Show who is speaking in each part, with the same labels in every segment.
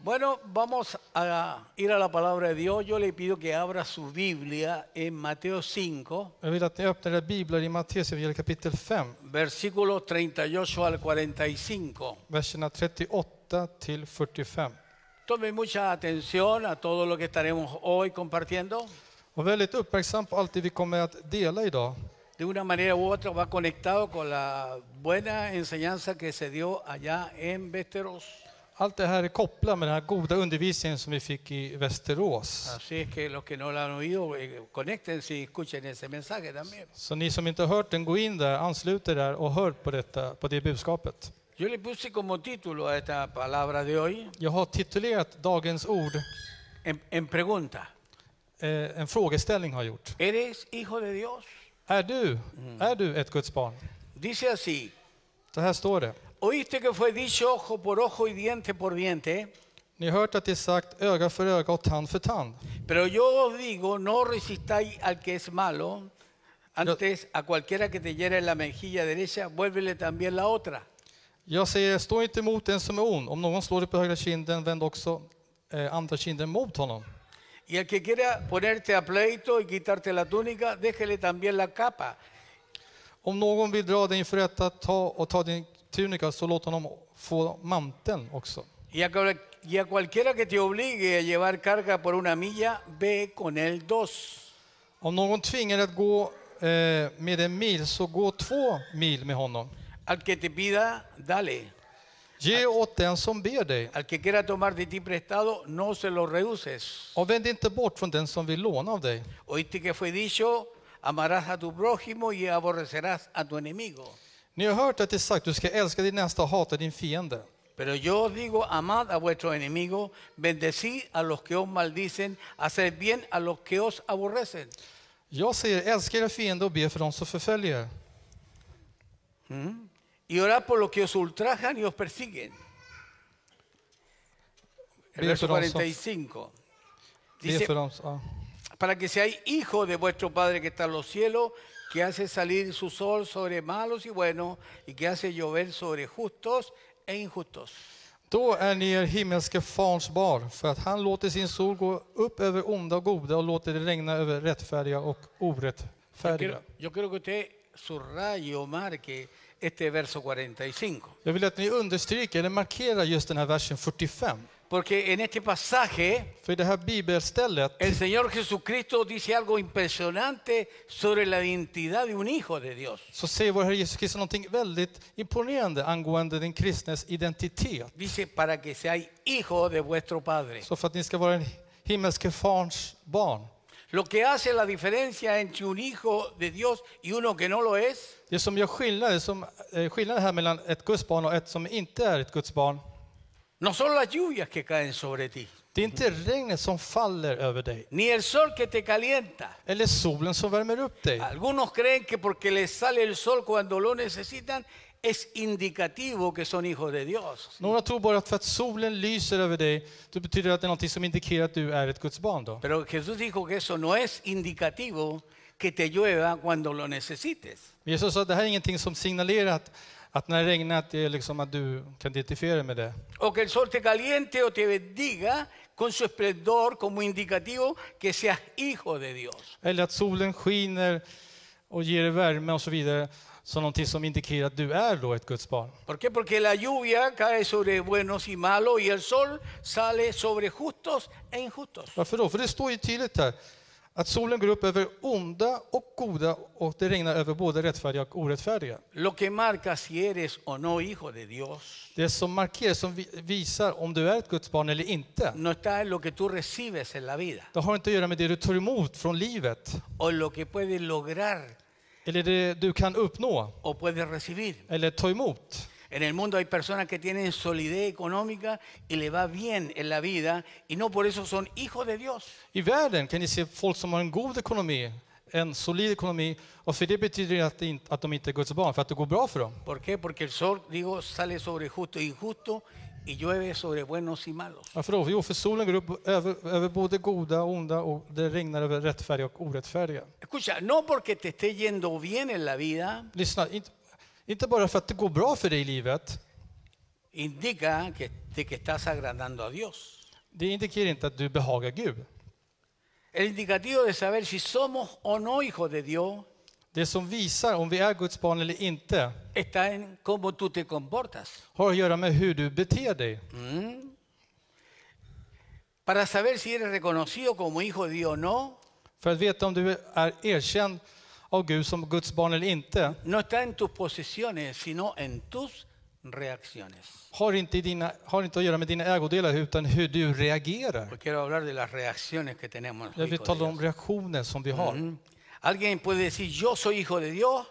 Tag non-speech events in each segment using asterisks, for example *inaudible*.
Speaker 1: Bueno, vamos a ir a la palabra de Dios. Yo le pido que abra su Biblia en Mateo 5,
Speaker 2: Jag vill att ni öppnar era biblar i Matteus evangeliet kapitel 5,
Speaker 1: versículos 38 al 45.
Speaker 2: verserna 38 till 45.
Speaker 1: Tome mucha atención a todo lo que estaremos hoy compartiendo.
Speaker 2: Och väldigt uppmärksam på allt det vi kommer att dela idag.
Speaker 1: De una manera u otra va conectado con la buena enseñanza que se dio allá en Västeros.
Speaker 2: Allt det här är kopplat med den här goda undervisningen som vi fick i Västerås.
Speaker 1: Así es que los que no la han oído, eh, conéctense y escuchen ese mensaje también.
Speaker 2: Så ni som inte har hört den, gå in där, anslut er där och hör på, detta, på det budskapet.
Speaker 1: Yo le puse como título a esta palabra de hoy,
Speaker 2: Jag har titulerat dagens ord,
Speaker 1: en, en pregunta,
Speaker 2: eh, en frågeställning har jag gjort.
Speaker 1: ¿eres hijo de Dios?
Speaker 2: Är du, är du ett Guds barn?
Speaker 1: Dice así,
Speaker 2: Så här står det.
Speaker 1: oíste que fue dicho ojo por ojo y diente por diente,
Speaker 2: Ni har hört att det är sagt öga för öga och tand för tand.
Speaker 1: pero yo os digo, no resistáis al que es malo, antes a cualquiera que te hiere en la mejilla derecha, vuélvele también la otra.
Speaker 2: Jag säger, stå inte emot den som är ond. Om någon slår dig på högra kinden, vänd också eh, andra kinden mot honom.
Speaker 1: Y el que quiera ponerte a pleito y quitarte la túnica, déjele también la capa.
Speaker 2: Om någon vill dra dig inför rätta ta och ta din tunika, så låt honom få manteln också.
Speaker 1: Y a, cual- y a cualquiera que te obligue a llevar carga por una milla, ve con él dos.
Speaker 2: Om någon tvingar dig att gå eh, med en mil, så gå två mil med honom.
Speaker 1: Al que te pida, dale.
Speaker 2: Ge åt den som ber dig,
Speaker 1: Al que quiera tomar de ti prestado, no se lo rehuses.
Speaker 2: och vänd inte bort från den som vill låna av dig.
Speaker 1: Oíste que fue dicho, amarás a tu prójimo y aborrecerás a tu enemigo.
Speaker 2: Ni har hört att det är sagt, du ska älska din nästa och hata din fiende.
Speaker 1: Pero yo os digo, amad a vuestros enemigos, bendecid a los que os maldicen, haced bien a los que os aborrecen.
Speaker 2: Jag säger, älska era fiender och be för dem som förföljer er.
Speaker 1: Y orad por los que os ultrajan y os persiguen. El
Speaker 2: Ve
Speaker 1: verso
Speaker 2: por nosotros.
Speaker 1: 45.
Speaker 2: Be
Speaker 1: Dice,
Speaker 2: för dem, ja.
Speaker 1: para que seáis hijos de vuestro Padre que está en los cielos, que hace salir su sol sobre malos y buenos, y que hace llover sobre justos e injustos.
Speaker 2: Då är ni er himmelske farns barn, för att han låter sin sol gå upp över onda och goda och låter det regna över rättfärdiga och
Speaker 1: Yo
Speaker 2: orättfärdiga.
Speaker 1: quiero, yo quiero que usted subraye o marque este verso 45.
Speaker 2: Jag vill att ni understryker eller markerar just den här versen 45.
Speaker 1: Porque en este pasaje
Speaker 2: För i det här bibelstället
Speaker 1: el Señor Jesucristo dice algo impresionante sobre la identidad de un hijo de Dios.
Speaker 2: så säger vår Herre Jesus Kristus någonting väldigt imponerande angående den kristnes identitet.
Speaker 1: Dice, para que seáis hijos de vuestro Padre.
Speaker 2: Så för att ni ska vara en himmelske farns barn.
Speaker 1: Lo que hace la diferencia entre un hijo de Dios y uno que no lo es,
Speaker 2: Det som gör skillnad, det som, eh, skillnaden här mellan ett Guds barn och ett som inte är ett Guds barn,
Speaker 1: no son las lluvias que caen sobre ti,
Speaker 2: det är inte regnet som faller över dig.
Speaker 1: ni el sol que te calienta.
Speaker 2: Eller solen som värmer upp dig.
Speaker 1: Algunos creen que porque les sale el sol cuando lo necesitan, es indicativo que son hijos de Dios.
Speaker 2: Några tror bara att för att solen lyser över dig, det betyder att det är något som indikerar att du är ett Guds barn. Då.
Speaker 1: Pero Jesús dijo que eso no es indicativo que te llueva cuando lo necesites.
Speaker 2: Men Jesus sa att det här är ingenting som signalerar att, att när det regnar att, det är liksom att du kan identifiera dig med det.
Speaker 1: O que el sol te caliente o te bendiga con su esplendor como indicativo que seas hijo de Dios.
Speaker 2: Eller att solen skiner och ger dig värme och så vidare, som någonting som indikerar att du är då ett Guds barn.
Speaker 1: ¿Por qué? Porque la lluvia cae sobre buenos y malos y el sol sale sobre justos e injustos.
Speaker 2: Varför då? För det står ju tydligt här att solen går upp över onda och goda och det regnar över både rättfärdiga och orättfärdiga.
Speaker 1: Lo que marca si eres o no hijo de Dios
Speaker 2: Det som markerar, som vi- visar om du är ett Guds barn eller inte,
Speaker 1: no está en lo que tú recibes en la vida
Speaker 2: Det har inte att göra med det du tar emot från livet,
Speaker 1: o en lo que puedes lograr
Speaker 2: eller det du kan uppnå
Speaker 1: o puedes recibir.
Speaker 2: eller ta emot.
Speaker 1: En el mundo hay personas que tienen solidez económica y le va bien en la vida y no por eso son hijos de Dios.
Speaker 2: I världen kan ni se folk som har en god ekonomi, en solid ekonomi, och för det betyder det att, det inte, att de inte är Guds barn, för att det går bra för dem.
Speaker 1: ¿Por qué? Porque el sol, digo, sale sobre justo e injusto y llueve sobre buenos y malos.
Speaker 2: Varför då? Jo, för solen går upp över, över både goda och onda och det regnar över rättfärdiga och orättfärdiga.
Speaker 1: Escucha, no porque te esté yendo bien en la vida,
Speaker 2: Lyssna, inte, inte bara för att det går bra för dig i livet,
Speaker 1: indica que, de que estás agradando a Dios.
Speaker 2: Det indikerar inte att du behagar Gud.
Speaker 1: El indicativo de saber si somos o no hijos de Dios
Speaker 2: Det som visar om vi är Guds barn eller inte
Speaker 1: está en cómo tú te comportas.
Speaker 2: har att göra med hur du beter dig.
Speaker 1: Para saber si eres reconocido como hijo de Dios o no,
Speaker 2: För att veta om du är erkänd av Gud som Guds barn eller inte
Speaker 1: no está en tus posesiones, sino en tus reacciones.
Speaker 2: har inte, i dina, har inte att göra med dina ägodelar utan hur du reagerar.
Speaker 1: Hoy Pues quiero hablar de las reacciones que tenemos.
Speaker 2: Jag
Speaker 1: los
Speaker 2: vill
Speaker 1: hijos de
Speaker 2: tala
Speaker 1: Dios.
Speaker 2: om reaktioner som vi har.
Speaker 1: Alguien puede decir, yo soy hijo de Dios,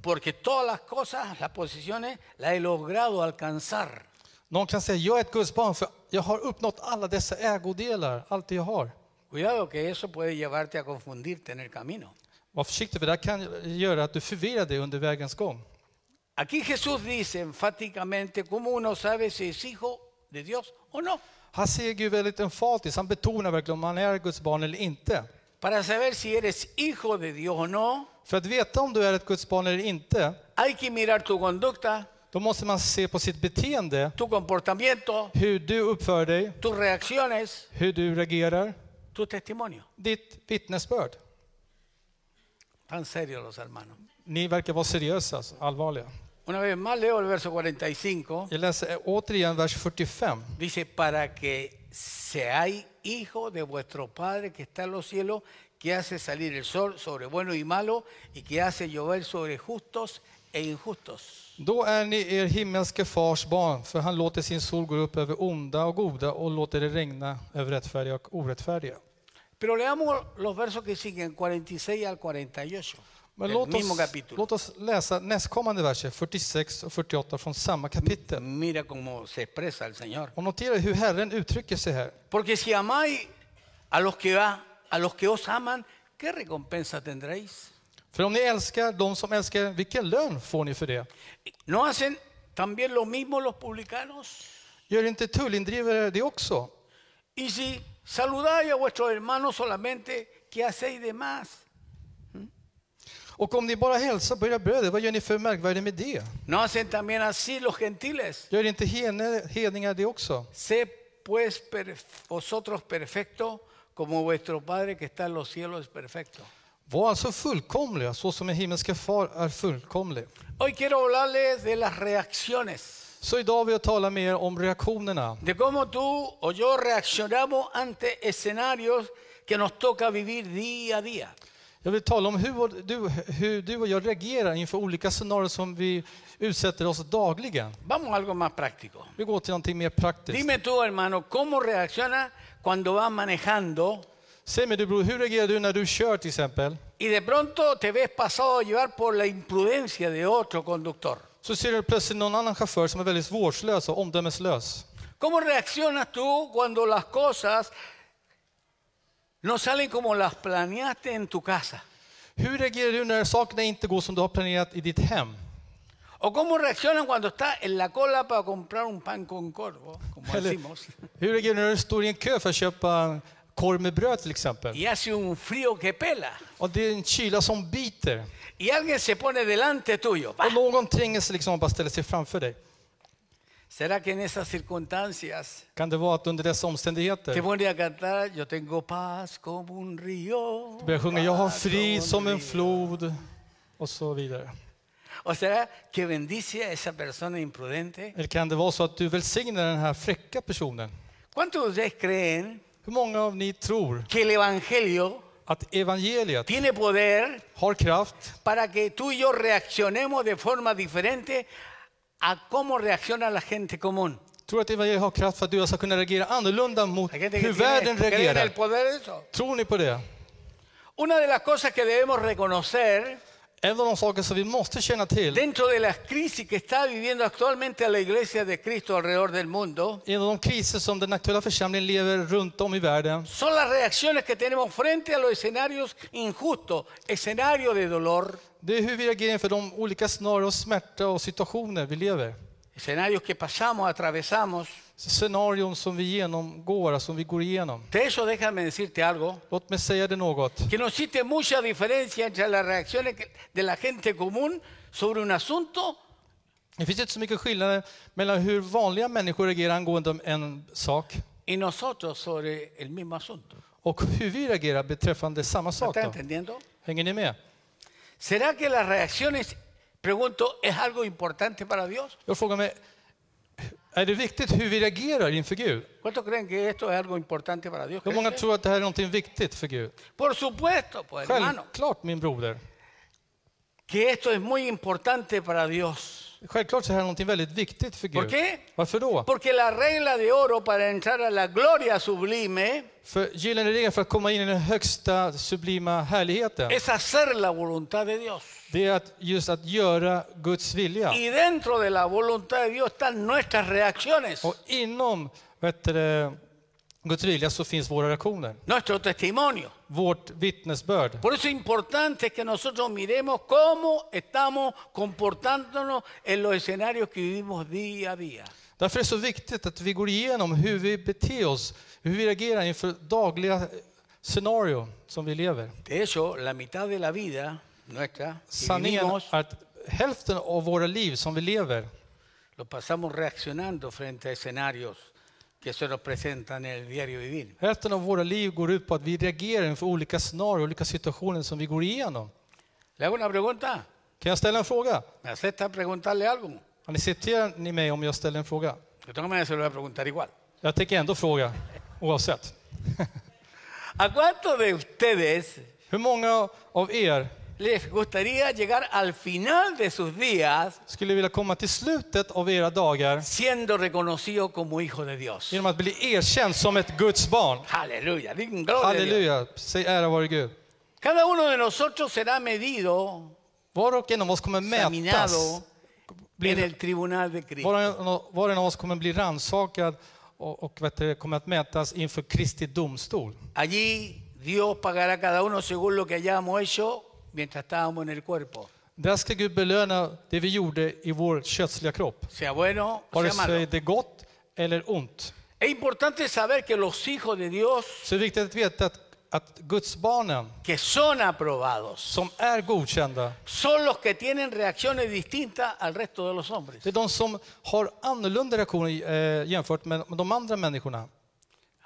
Speaker 1: porque todas las cosas, las posiciones, las he logrado alcanzar.
Speaker 2: Någon kan säga, jag är ett Guds barn för jag har uppnått alla dessa ägodelar, allt det jag har.
Speaker 1: Cuidado que eso puede llevarte a confundirte en el camino.
Speaker 2: Var försiktig för det här kan göra att du förvirrar dig under vägens gång.
Speaker 1: Aquí Jesús dice enfáticamente cómo uno sabe si es hijo de Dios o no.
Speaker 2: Här ser Gud väldigt emfatiskt, han betonar verkligen om man är Guds barn eller inte.
Speaker 1: Para saber si eres hijo de Dios o no,
Speaker 2: För att veta om du är ett Guds barn eller inte,
Speaker 1: hay que mirar tu conducta,
Speaker 2: då måste man se på sitt beteende,
Speaker 1: tu comportamiento,
Speaker 2: hur du uppför dig,
Speaker 1: tus reacciones,
Speaker 2: hur du reagerar,
Speaker 1: tu testimonio.
Speaker 2: ditt vittnesbörd.
Speaker 1: Tan serios los hermanos.
Speaker 2: Ni verkar vara seriösa, alltså, allvarliga.
Speaker 1: Una vez más leo el verso 45.
Speaker 2: Jag läser återigen vers 45.
Speaker 1: Dice, para que seáis hijo de vuestro Padre que está en los cielos, que hace salir el sol sobre bueno y malo, y que hace llover sobre justos e injustos.
Speaker 2: Då är ni er himmelske fars barn, för han låter sin sol gå upp över onda och goda och låter det regna över rättfärdiga och orättfärdiga.
Speaker 1: Pero leamos los versos que siguen, 46 al 48,
Speaker 2: Men
Speaker 1: del
Speaker 2: låt
Speaker 1: Eh, mismo
Speaker 2: oss,
Speaker 1: capítulo.
Speaker 2: låt oss läsa nästkommande verser, 46 och 48 från samma kapitel.
Speaker 1: Mira cómo se expresa el Señor.
Speaker 2: Och notera hur Herren uttrycker sig här.
Speaker 1: Porque si amáis a los que, va- a los que os aman, ¿qué recompensa tendréis?
Speaker 2: För om ni älskar de som älskar er, vilken lön får ni för det?
Speaker 1: ¿No hacen también lo mismo los publicanos?
Speaker 2: Gör inte tullindrivare det också?
Speaker 1: Y si saludáis a vuestros hermanos solamente, ¿qué hacéis de más?
Speaker 2: Och om ni bara hälsar på era bröder, vad gör ni för märkvärde med det?
Speaker 1: ¿No hacen también así los gentiles?
Speaker 2: Gör inte hene- hedningar det också?
Speaker 1: Sé pues perf- vosotros perfectos como vuestro Padre que está en los cielos es perfecto.
Speaker 2: Var alltså fullkomliga, så som en himmelska far är fullkomlig.
Speaker 1: Hoy quiero hablarles de las reacciones,
Speaker 2: Så idag vill jag tala med er om reaktionerna.
Speaker 1: de cómo tú o yo reaccionamos ante escenarios que nos toca vivir día a día.
Speaker 2: Jag vill tala om hur vår- du, hur du och jag reagerar inför olika scenarier som vi utsätter oss dagligen.
Speaker 1: Vamos a algo más práctico.
Speaker 2: Vi går till någonting mer praktiskt.
Speaker 1: Dime tú, hermano, ¿cómo reaccionas cuando vas manejando
Speaker 2: Säg mig du bror, hur reagerar du när du kör till exempel?
Speaker 1: y de pronto te ves pasado a llevar por la imprudencia de otro conductor.
Speaker 2: Så ser du plötsligt någon annan chaufför som är väldigt vårdslös och omdömeslös.
Speaker 1: ¿Cómo reaccionas tú cuando las cosas no salen como las planeaste en tu casa?
Speaker 2: Hur reagerar du när sakerna inte går som du har planerat i ditt hem?
Speaker 1: ¿O cómo reaccionas cuando estás en la cola para comprar un pan con corvo, como
Speaker 2: Eller,
Speaker 1: decimos,
Speaker 2: hur reagerar du när du står i en kö för att köpa korv med bröd till exempel?
Speaker 1: y hace un frío que pela
Speaker 2: Och det är en kyla som biter.
Speaker 1: y alguien se pone delante tuyo? ¡Pah!
Speaker 2: Och någon tränger sig liksom och bara ställer sig framför dig.
Speaker 1: ¿Será que en esas circunstancias
Speaker 2: Kan det vara att under dessa
Speaker 1: te
Speaker 2: omständigheter
Speaker 1: pone a cantar Yo tengo paz como un río?
Speaker 2: börjar sjunga jag har
Speaker 1: paz
Speaker 2: frid
Speaker 1: como
Speaker 2: som
Speaker 1: un
Speaker 2: en
Speaker 1: río"?
Speaker 2: flod och så vidare?
Speaker 1: ¿O será que bendice a esa persona imprudente?
Speaker 2: Eller kan det vara så att du välsignar den här fräcka personen?
Speaker 1: ¿Cuántos de ustedes creen
Speaker 2: Hur många av ni tror
Speaker 1: que el Evangelio
Speaker 2: att evangeliet
Speaker 1: tiene poder
Speaker 2: har kraft
Speaker 1: para que tú y yo reaccionemos de forma diferente a cómo reacciona la gente común?
Speaker 2: Tror att evangeliet har kraft för att du ska kunna reagera annorlunda mot
Speaker 1: La gente que
Speaker 2: *laughs* hur
Speaker 1: tiene,
Speaker 2: världen
Speaker 1: cree en el
Speaker 2: reagerar?
Speaker 1: poder de eso.
Speaker 2: Tror ni på det?
Speaker 1: Una de las cosas que debemos reconocer
Speaker 2: En av de saker som vi måste känna till,
Speaker 1: dentro de las crisis que está viviendo actualmente la iglesia de Cristo alrededor del mundo
Speaker 2: en av de kriser som den aktuella församlingen lever runt om i världen,
Speaker 1: son las reacciones que tenemos frente a los escenarios injustos, escenarios de dolor,
Speaker 2: det är hur vi reagerar inför de olika scenarier och smärta och situationer vi lever.
Speaker 1: escenarios que pasamos, atravesamos.
Speaker 2: Scenarion som vi genomgår, alltså som vi går igenom.
Speaker 1: De eso déjame decirte algo,
Speaker 2: Låt mig säga det något.
Speaker 1: que no existe mucha diferencia entre las reacciones que- de la gente común sobre un asunto
Speaker 2: Det finns inte så mycket skillnader mellan hur vanliga människor reagerar angående om en sak
Speaker 1: y nosotros sobre el mismo asunto.
Speaker 2: och hur vi reagerar beträffande samma
Speaker 1: ¿Me
Speaker 2: sak.
Speaker 1: está
Speaker 2: Då.
Speaker 1: entendiendo?
Speaker 2: Hänger ni med?
Speaker 1: ¿Será que las reacciones, pregunto, es algo importante para Dios?
Speaker 2: Jag frågar mig, är det viktigt hur vi reagerar inför Gud?
Speaker 1: ¿Cuántos creen que esto es algo importante para Dios?
Speaker 2: Hur många
Speaker 1: ¿Creen?
Speaker 2: tror att det här är någonting viktigt för Gud?
Speaker 1: Por supuesto, pues hermano,
Speaker 2: Självklart min broder.
Speaker 1: que esto es muy importante para Dios.
Speaker 2: Självklart så är det här någonting väldigt viktigt för Gud.
Speaker 1: Okej.
Speaker 2: Varför då?
Speaker 1: Porque la regla de oro para entrar a la gloria sublime
Speaker 2: För gyllene regeln för att komma in i den högsta sublima härligheten,
Speaker 1: es hacer la voluntad de Dios.
Speaker 2: det är att just att göra Guds vilja.
Speaker 1: Y dentro de la voluntad de Dios están nuestras reacciones,
Speaker 2: Och inom vet du, det, Guds vilja så finns våra reaktioner,
Speaker 1: nuestro testimonio.
Speaker 2: vårt vittnesbörd.
Speaker 1: Por eso es importante que nosotros miremos cómo estamos comportándonos en los escenarios que vivimos día a día.
Speaker 2: Därför är det så viktigt att vi går igenom hur vi beter oss, hur vi reagerar inför dagliga scenario som vi lever.
Speaker 1: De hecho, la mitad de la vida nuestra, que
Speaker 2: Sanningen
Speaker 1: vivimos,
Speaker 2: är att hälften av våra liv som vi lever,
Speaker 1: lo pasamos reaccionando frente a escenarios que se nos presentan en el diario vivir.
Speaker 2: hälften av våra liv går ut på att vi reagerar inför olika scenarier, olika situationer som vi går igenom.
Speaker 1: ¿Le hago una pregunta?
Speaker 2: Kan jag ställa en fråga?
Speaker 1: ¿Me acepta preguntarle algo?
Speaker 2: Har ni citerar ni mig om jag ställer en fråga?
Speaker 1: De todas maneras se lo voy a preguntar igual.
Speaker 2: Jag tänker ändå fråga, oavsett.
Speaker 1: ¿A cuántos de ustedes
Speaker 2: Hur många av er
Speaker 1: les gustaría llegar al final de sus días
Speaker 2: skulle vilja komma till slutet av era dagar
Speaker 1: siendo reconocido como hijo de Dios?
Speaker 2: genom att bli erkänd som ett Guds barn?
Speaker 1: Aleluya, digan gloria a Dios.
Speaker 2: Halleluja, säg ära vare Gud.
Speaker 1: Cada uno de nosotros será medido
Speaker 2: Var och en av oss kommer mätas.
Speaker 1: Examinado en
Speaker 2: Blir,
Speaker 1: el tribunal de Cristo.
Speaker 2: var, och en, var och en av oss kommer bli rannsakad och, och vet du, kommer att mätas inför Kristi domstol.
Speaker 1: Allí Dios pagará a cada uno según lo que hayamos hecho mientras estábamos en el cuerpo.
Speaker 2: Där ska Gud belöna det vi gjorde i vår kötsliga kropp.
Speaker 1: Sea bueno o
Speaker 2: Vare
Speaker 1: sea malo.
Speaker 2: sig det är gott eller ont.
Speaker 1: Es importante saber que los hijos de Dios
Speaker 2: Så det är viktigt att veta att, att Guds barnen
Speaker 1: que son aprobados
Speaker 2: som är godkända,
Speaker 1: son los que tienen reacciones distintas al resto de los hombres.
Speaker 2: det är de som har annorlunda reaktioner eh, jämfört med de andra människorna.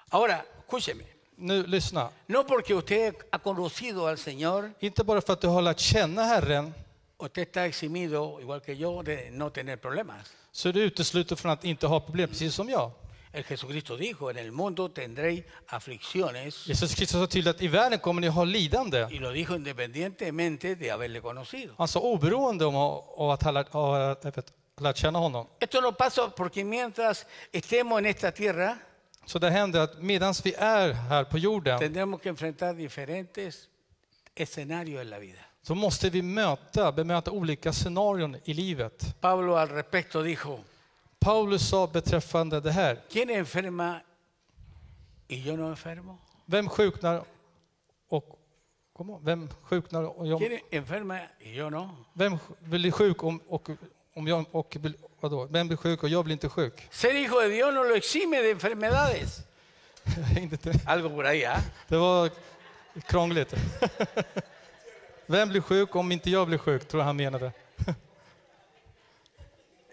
Speaker 1: Ahora, escúcheme,
Speaker 2: Nu lyssna.
Speaker 1: no porque usted ha conocido al Señor,
Speaker 2: Inte bara för att du har lärt känna Herren
Speaker 1: usted está eximido, igual que yo, de no tener problemas.
Speaker 2: så är du utesluten från att inte ha problem, precis som jag.
Speaker 1: El Jesucristo dijo, en el mundo tendréis aflicciones,
Speaker 2: Jesus Kristus sa tydligt att i världen kommer ni ha lidande.
Speaker 1: y lo dijo independientemente de haberle conocido.
Speaker 2: Han sa oberoende om av att ha lärt, ha, jag vet, lärt känna honom.
Speaker 1: Esto no pasa porque mientras estemos en esta tierra,
Speaker 2: Så det händer att medan vi är här på jorden
Speaker 1: tendremos que enfrentar diferentes escenarios en la vida.
Speaker 2: så måste vi möta, bemöta olika scenarion i livet.
Speaker 1: Pablo al respecto dijo,
Speaker 2: Paulus sa beträffande det här,
Speaker 1: ¿quién enferma y yo no enfermo?
Speaker 2: vem sjuknar och kom ihåg, vem sjuknar och jag,
Speaker 1: ¿Quién enferma y yo no?
Speaker 2: vem blir sjuk om, och, om jag och vadå, vem blir sjuk och jag blir inte sjuk? *laughs*
Speaker 1: Ser hijo de Dios no lo exime de enfermedades.
Speaker 2: Jag hängde inte-
Speaker 1: Algo por ahí, ¿ah?
Speaker 2: Det var krångligt. *laughs* Vem blir sjuk om inte jag blir sjuk, tror jag han menade.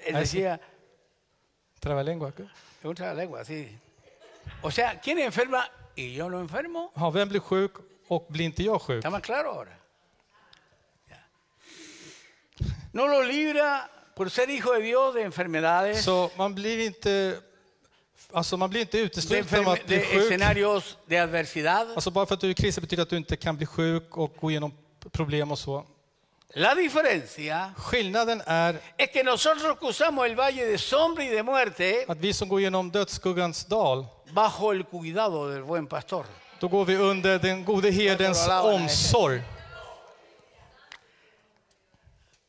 Speaker 1: Él
Speaker 2: Ahí
Speaker 1: decía,
Speaker 2: Travalengua.
Speaker 1: me gusta la lengua, así. O sea, ¿quién enferma y yo no enfermo?
Speaker 2: Ja, vem blir sjuk och blir inte jag sjuk?
Speaker 1: ¿Está más claro ahora? Ya. No lo libra por ser hijo de Dios de enfermedades,
Speaker 2: Så man blir inte, alltså man blir inte
Speaker 1: de,
Speaker 2: utesluten
Speaker 1: enferme-
Speaker 2: från att bli
Speaker 1: de
Speaker 2: sjuk.
Speaker 1: escenarios de adversidad.
Speaker 2: Alltså bara för att du är kristen betyder att du inte kan bli sjuk och gå igenom problem och så.
Speaker 1: La diferencia
Speaker 2: Skillnaden är
Speaker 1: es que nosotros cruzamos el valle de sombra y de muerte
Speaker 2: att vi som går igenom dödsskuggans dal,
Speaker 1: bajo el cuidado del buen pastor.
Speaker 2: då går vi under den gode herdens omsorg.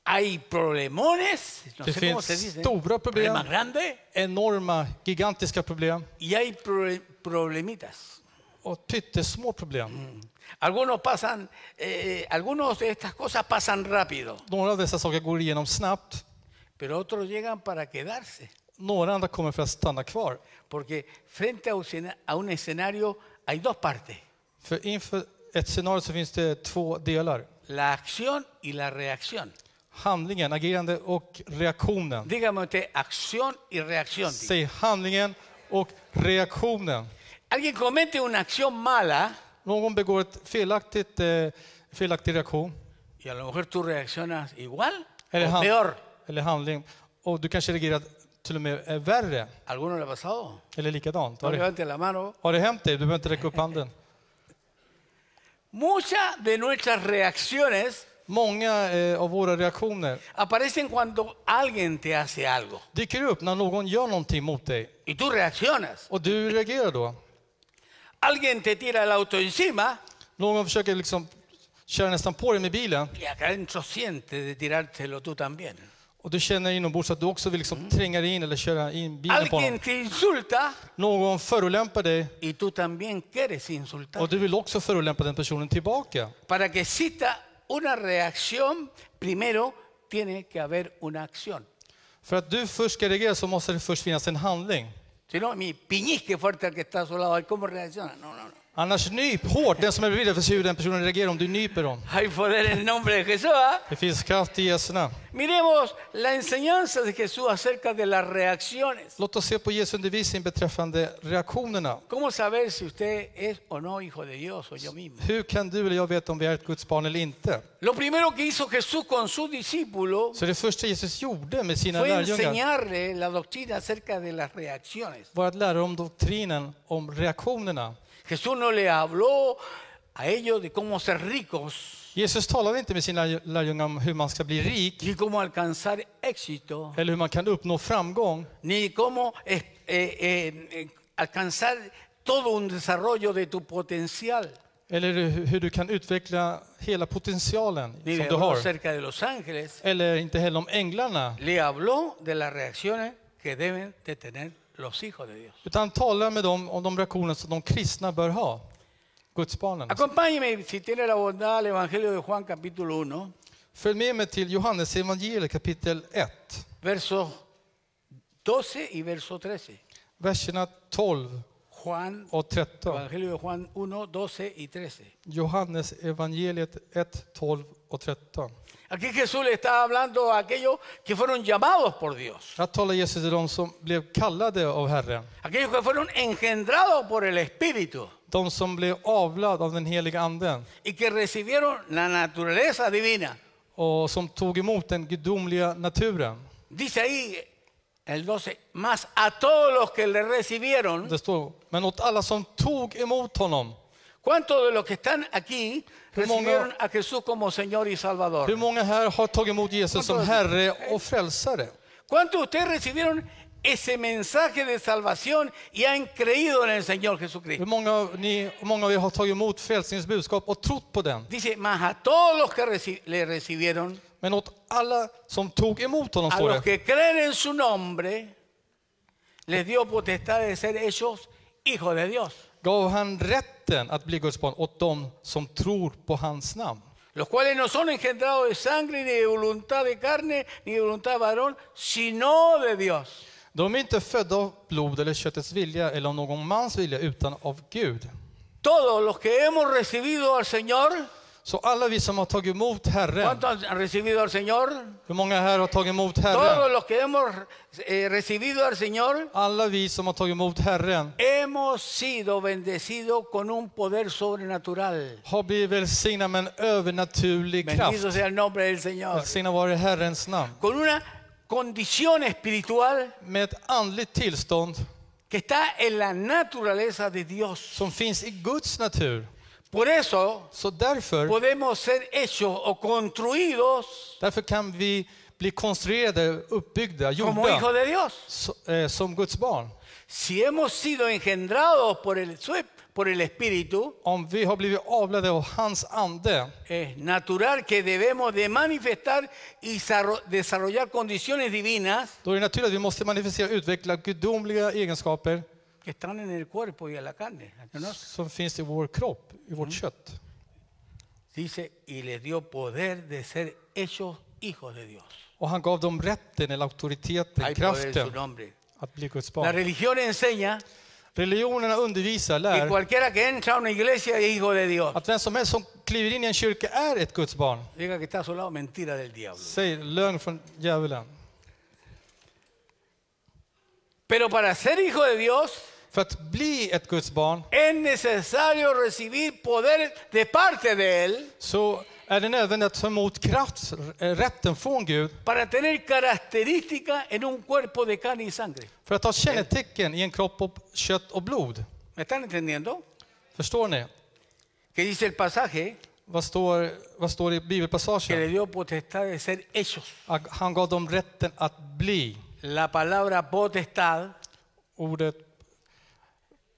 Speaker 1: Hay problemones, no
Speaker 2: Que
Speaker 1: sé cómo se
Speaker 2: finns
Speaker 1: dice,
Speaker 2: stora problem.
Speaker 1: problemas grandes
Speaker 2: Enorma, gigantiska problem
Speaker 1: y hay pro- problemitas.
Speaker 2: och pyttesmå problem.
Speaker 1: Algunos pasan, eh, algunos de estas cosas pasan rápido.
Speaker 2: Några av dessa saker går igenom snabbt,
Speaker 1: Pero otros llegan para quedarse,
Speaker 2: några andra kommer för att stanna kvar.
Speaker 1: porque frente a un escena- a un escenario hay dos partes,
Speaker 2: För inför ett scenario så finns det två delar,
Speaker 1: la acción y la reacción.
Speaker 2: handlingen, agerande och reaktionen.
Speaker 1: Dígame usted, acción y reacción. diga.
Speaker 2: Säg handlingen och reaktionen.
Speaker 1: Alguien comete una acción mala
Speaker 2: Någon begår ett felaktigt, eh, felaktig reaktion
Speaker 1: y a lo mejor tú reaccionas igual
Speaker 2: eller,
Speaker 1: o
Speaker 2: han-
Speaker 1: peor.
Speaker 2: eller handling och du kanske reagerar till och med eh, värre
Speaker 1: ¿Alguno le ha pasado?
Speaker 2: eller likadant.
Speaker 1: No
Speaker 2: Har det,
Speaker 1: levante la mano.
Speaker 2: har det hänt dig? Du behöver inte räcka upp handen.
Speaker 1: Muchas de nuestras reacciones
Speaker 2: Många eh, av våra reaktioner
Speaker 1: aparecen cuando alguien te hace algo
Speaker 2: dyker upp när någon gör någonting mot dig
Speaker 1: y tú reaccionas.
Speaker 2: och du reagerar då.
Speaker 1: Alguien te tira el auto encima
Speaker 2: Någon försöker liksom köra nästan på dig med bilen
Speaker 1: y acá adentro siente de tirártelo tú también.
Speaker 2: och du känner inombords att du också vill liksom tränga dig in eller köra in bilen på
Speaker 1: Alguien
Speaker 2: honom.
Speaker 1: te insulta
Speaker 2: Någon förolämpar dig
Speaker 1: y tú también quieres insultar.
Speaker 2: och du vill också förolämpa den personen tillbaka.
Speaker 1: Para que exista una reacción, primero tiene que haber una acción.
Speaker 2: För att du först ska reagera så måste det först finnas en handling.
Speaker 1: Si no, mi piñisque fuerte al que está a su lado, ay, ¿cómo reacciona? No, no, no.
Speaker 2: Annars nyp hårt den som är bredvid dig för att se hur den personen reagerar om du nyper dem.
Speaker 1: Hay poder en el nombre de Jesús. ¿ah?
Speaker 2: Det finns kraft i Jesu namn.
Speaker 1: Miremos la enseñanza de Jesús acerca de las reacciones.
Speaker 2: Låt oss se på Jesu undervisning beträffande reaktionerna.
Speaker 1: ¿Cómo saber si usted es o no hijo de Dios o yo mismo?
Speaker 2: Hur kan du eller jag veta om vi är ett Guds barn eller inte?
Speaker 1: Lo primero que hizo Jesús con sus discípulos
Speaker 2: Så det första Jesus gjorde med sina
Speaker 1: fue
Speaker 2: lärjungar
Speaker 1: enseñarle la doctrina acerca de las reacciones.
Speaker 2: var att lära dem doktrinen om reaktionerna.
Speaker 1: Jesús no le habló a ellos de cómo ser ricos
Speaker 2: Jesus talade inte med sina lär- lärjungar om hur man ska bli rik
Speaker 1: ni cómo alcanzar éxito,
Speaker 2: eller hur man kan uppnå framgång
Speaker 1: ni cómo eh, eh, eh, alcanzar todo un desarrollo de tu potencial.
Speaker 2: eller hur hur du kan utveckla hela potentialen som
Speaker 1: Ni le
Speaker 2: du
Speaker 1: habló
Speaker 2: har.
Speaker 1: acerca de los ángeles,
Speaker 2: Eller inte heller om änglarna,
Speaker 1: le habló de las reacciones que deben de tener los hijos de Dios.
Speaker 2: utan tala med dem om de reaktioner som de kristna bör ha. Guds barnen.
Speaker 1: Acompáñeme, si tiene la bondad, al Evangelio de Juan capítulo 1,
Speaker 2: Följ med mig till Johannes evangeliet kapitel 1,
Speaker 1: versos 12 y verso 13.
Speaker 2: verserna 12
Speaker 1: Juan,
Speaker 2: och 13.
Speaker 1: Evangelio de Juan 1, 12 y 13.
Speaker 2: Johannes evangeliet 1, 12 och 13.
Speaker 1: Aquí Jesús le está hablando a aquellos que fueron llamados por Dios.
Speaker 2: Här talar Jesus till de som blev kallade av Herren,
Speaker 1: Aquellos que fueron engendrados por el Espíritu
Speaker 2: de som blev avlad av den heliga anden
Speaker 1: y que recibieron la naturaleza divina.
Speaker 2: och som tog emot den gudomliga naturen.
Speaker 1: Dice ahí el 12, más a todos los que le recibieron,
Speaker 2: Mm. Det står, men åt alla som tog emot honom.
Speaker 1: ¿cuántos de los que están aquí
Speaker 2: Como no.
Speaker 1: recibieron a Jesús como Señor y
Speaker 2: Hur
Speaker 1: Salvador?
Speaker 2: många här har tagit emot Jesus som Herre och frälsare?
Speaker 1: ¿Cuántos de ustedes recibieron ese mensaje de salvación y han creído en el Señor
Speaker 2: Hur
Speaker 1: Jesucristo?
Speaker 2: många av, ni, hur många av er har tagit emot frälsningens budskap och trott på den?
Speaker 1: Dice, más a todos los que reci- le recibieron,
Speaker 2: Men åt alla som tog emot honom,
Speaker 1: a
Speaker 2: står
Speaker 1: los
Speaker 2: det.
Speaker 1: que creen en su nombre, les dio potestad de ser ellos hijos de Dios.
Speaker 2: gav han rätten att bli Guds barn åt dem som tror på hans namn.
Speaker 1: los cuales no son engendrados de sangre, ni de voluntad de carne, ni de voluntad de varón, sino de Dios.
Speaker 2: De är inte födda av blod eller köttets vilja eller av någon mans vilja, utan av Gud.
Speaker 1: Todos los que hemos recibido al Señor,
Speaker 2: Så alla vi som har tagit emot Herren,
Speaker 1: ¿cuántos han recibido al Señor?
Speaker 2: hur många här har tagit emot
Speaker 1: Todos
Speaker 2: Herren?
Speaker 1: los que hemos eh, recibido al Señor,
Speaker 2: Alla vi som har tagit emot Herren
Speaker 1: hemos sido bendecidos con un poder sobrenatural.
Speaker 2: har blivit välsignade med en övernaturlig kraft.
Speaker 1: Bendito sea el nombre del Señor.
Speaker 2: Välsignad vare Herrens namn.
Speaker 1: Con una condición espiritual
Speaker 2: Med ett andligt tillstånd
Speaker 1: que está en la naturaleza de Dios.
Speaker 2: som finns i Guds natur.
Speaker 1: Por eso
Speaker 2: Så därför,
Speaker 1: podemos ser hechos o construidos
Speaker 2: därför kan vi bli konstruerade, uppbyggda,
Speaker 1: como
Speaker 2: gjorda
Speaker 1: hijo de Dios.
Speaker 2: så- eh, som Guds barn.
Speaker 1: Si hemos sido engendrados por el, su- por el Espíritu,
Speaker 2: Om vi har blivit avlade av hans ande
Speaker 1: es natural que debemos de manifestar y zarro- desarrollar condiciones divinas
Speaker 2: Då är det naturligt att vi måste manifestera och utveckla gudomliga egenskaper
Speaker 1: que están en el cuerpo y en la carne. ¿no?
Speaker 2: som finns i vår kropp, i vårt kött.
Speaker 1: Dice, y les dio poder de ser hechos hijos de Dios.
Speaker 2: Och han gav dem rätten eller auktoriteten,
Speaker 1: Hay poder en su
Speaker 2: kraften
Speaker 1: nombre.
Speaker 2: att bli Guds
Speaker 1: La
Speaker 2: barn.
Speaker 1: religión enseña
Speaker 2: Religionerna undervisar,
Speaker 1: Que
Speaker 2: lär
Speaker 1: cualquiera que entra a una iglesia es hijo de Dios.
Speaker 2: att vem som helst som kliver in i en kyrka är ett Guds barn.
Speaker 1: Diga que está a su lado, mentira del diablo.
Speaker 2: Säg lögn från djävulen.
Speaker 1: Pero para ser hijo de Dios
Speaker 2: För att bli ett Guds barn
Speaker 1: es necesario recibir poder de parte de Él
Speaker 2: så är det nödvändigt att ta emot kraft, eh, rätten från Gud
Speaker 1: para tener características en un cuerpo de carne y sangre.
Speaker 2: för att ha kännetecken i en kropp av kött och blod.
Speaker 1: ¿Me están entendiendo?
Speaker 2: Förstår ni?
Speaker 1: Que dice el pasaje
Speaker 2: Vad står, vad står det i
Speaker 1: que
Speaker 2: bibelpassagen?
Speaker 1: le dio potestad de ser hechos.
Speaker 2: Att Han gav dem rätten att bli.
Speaker 1: La palabra potestad
Speaker 2: Ordet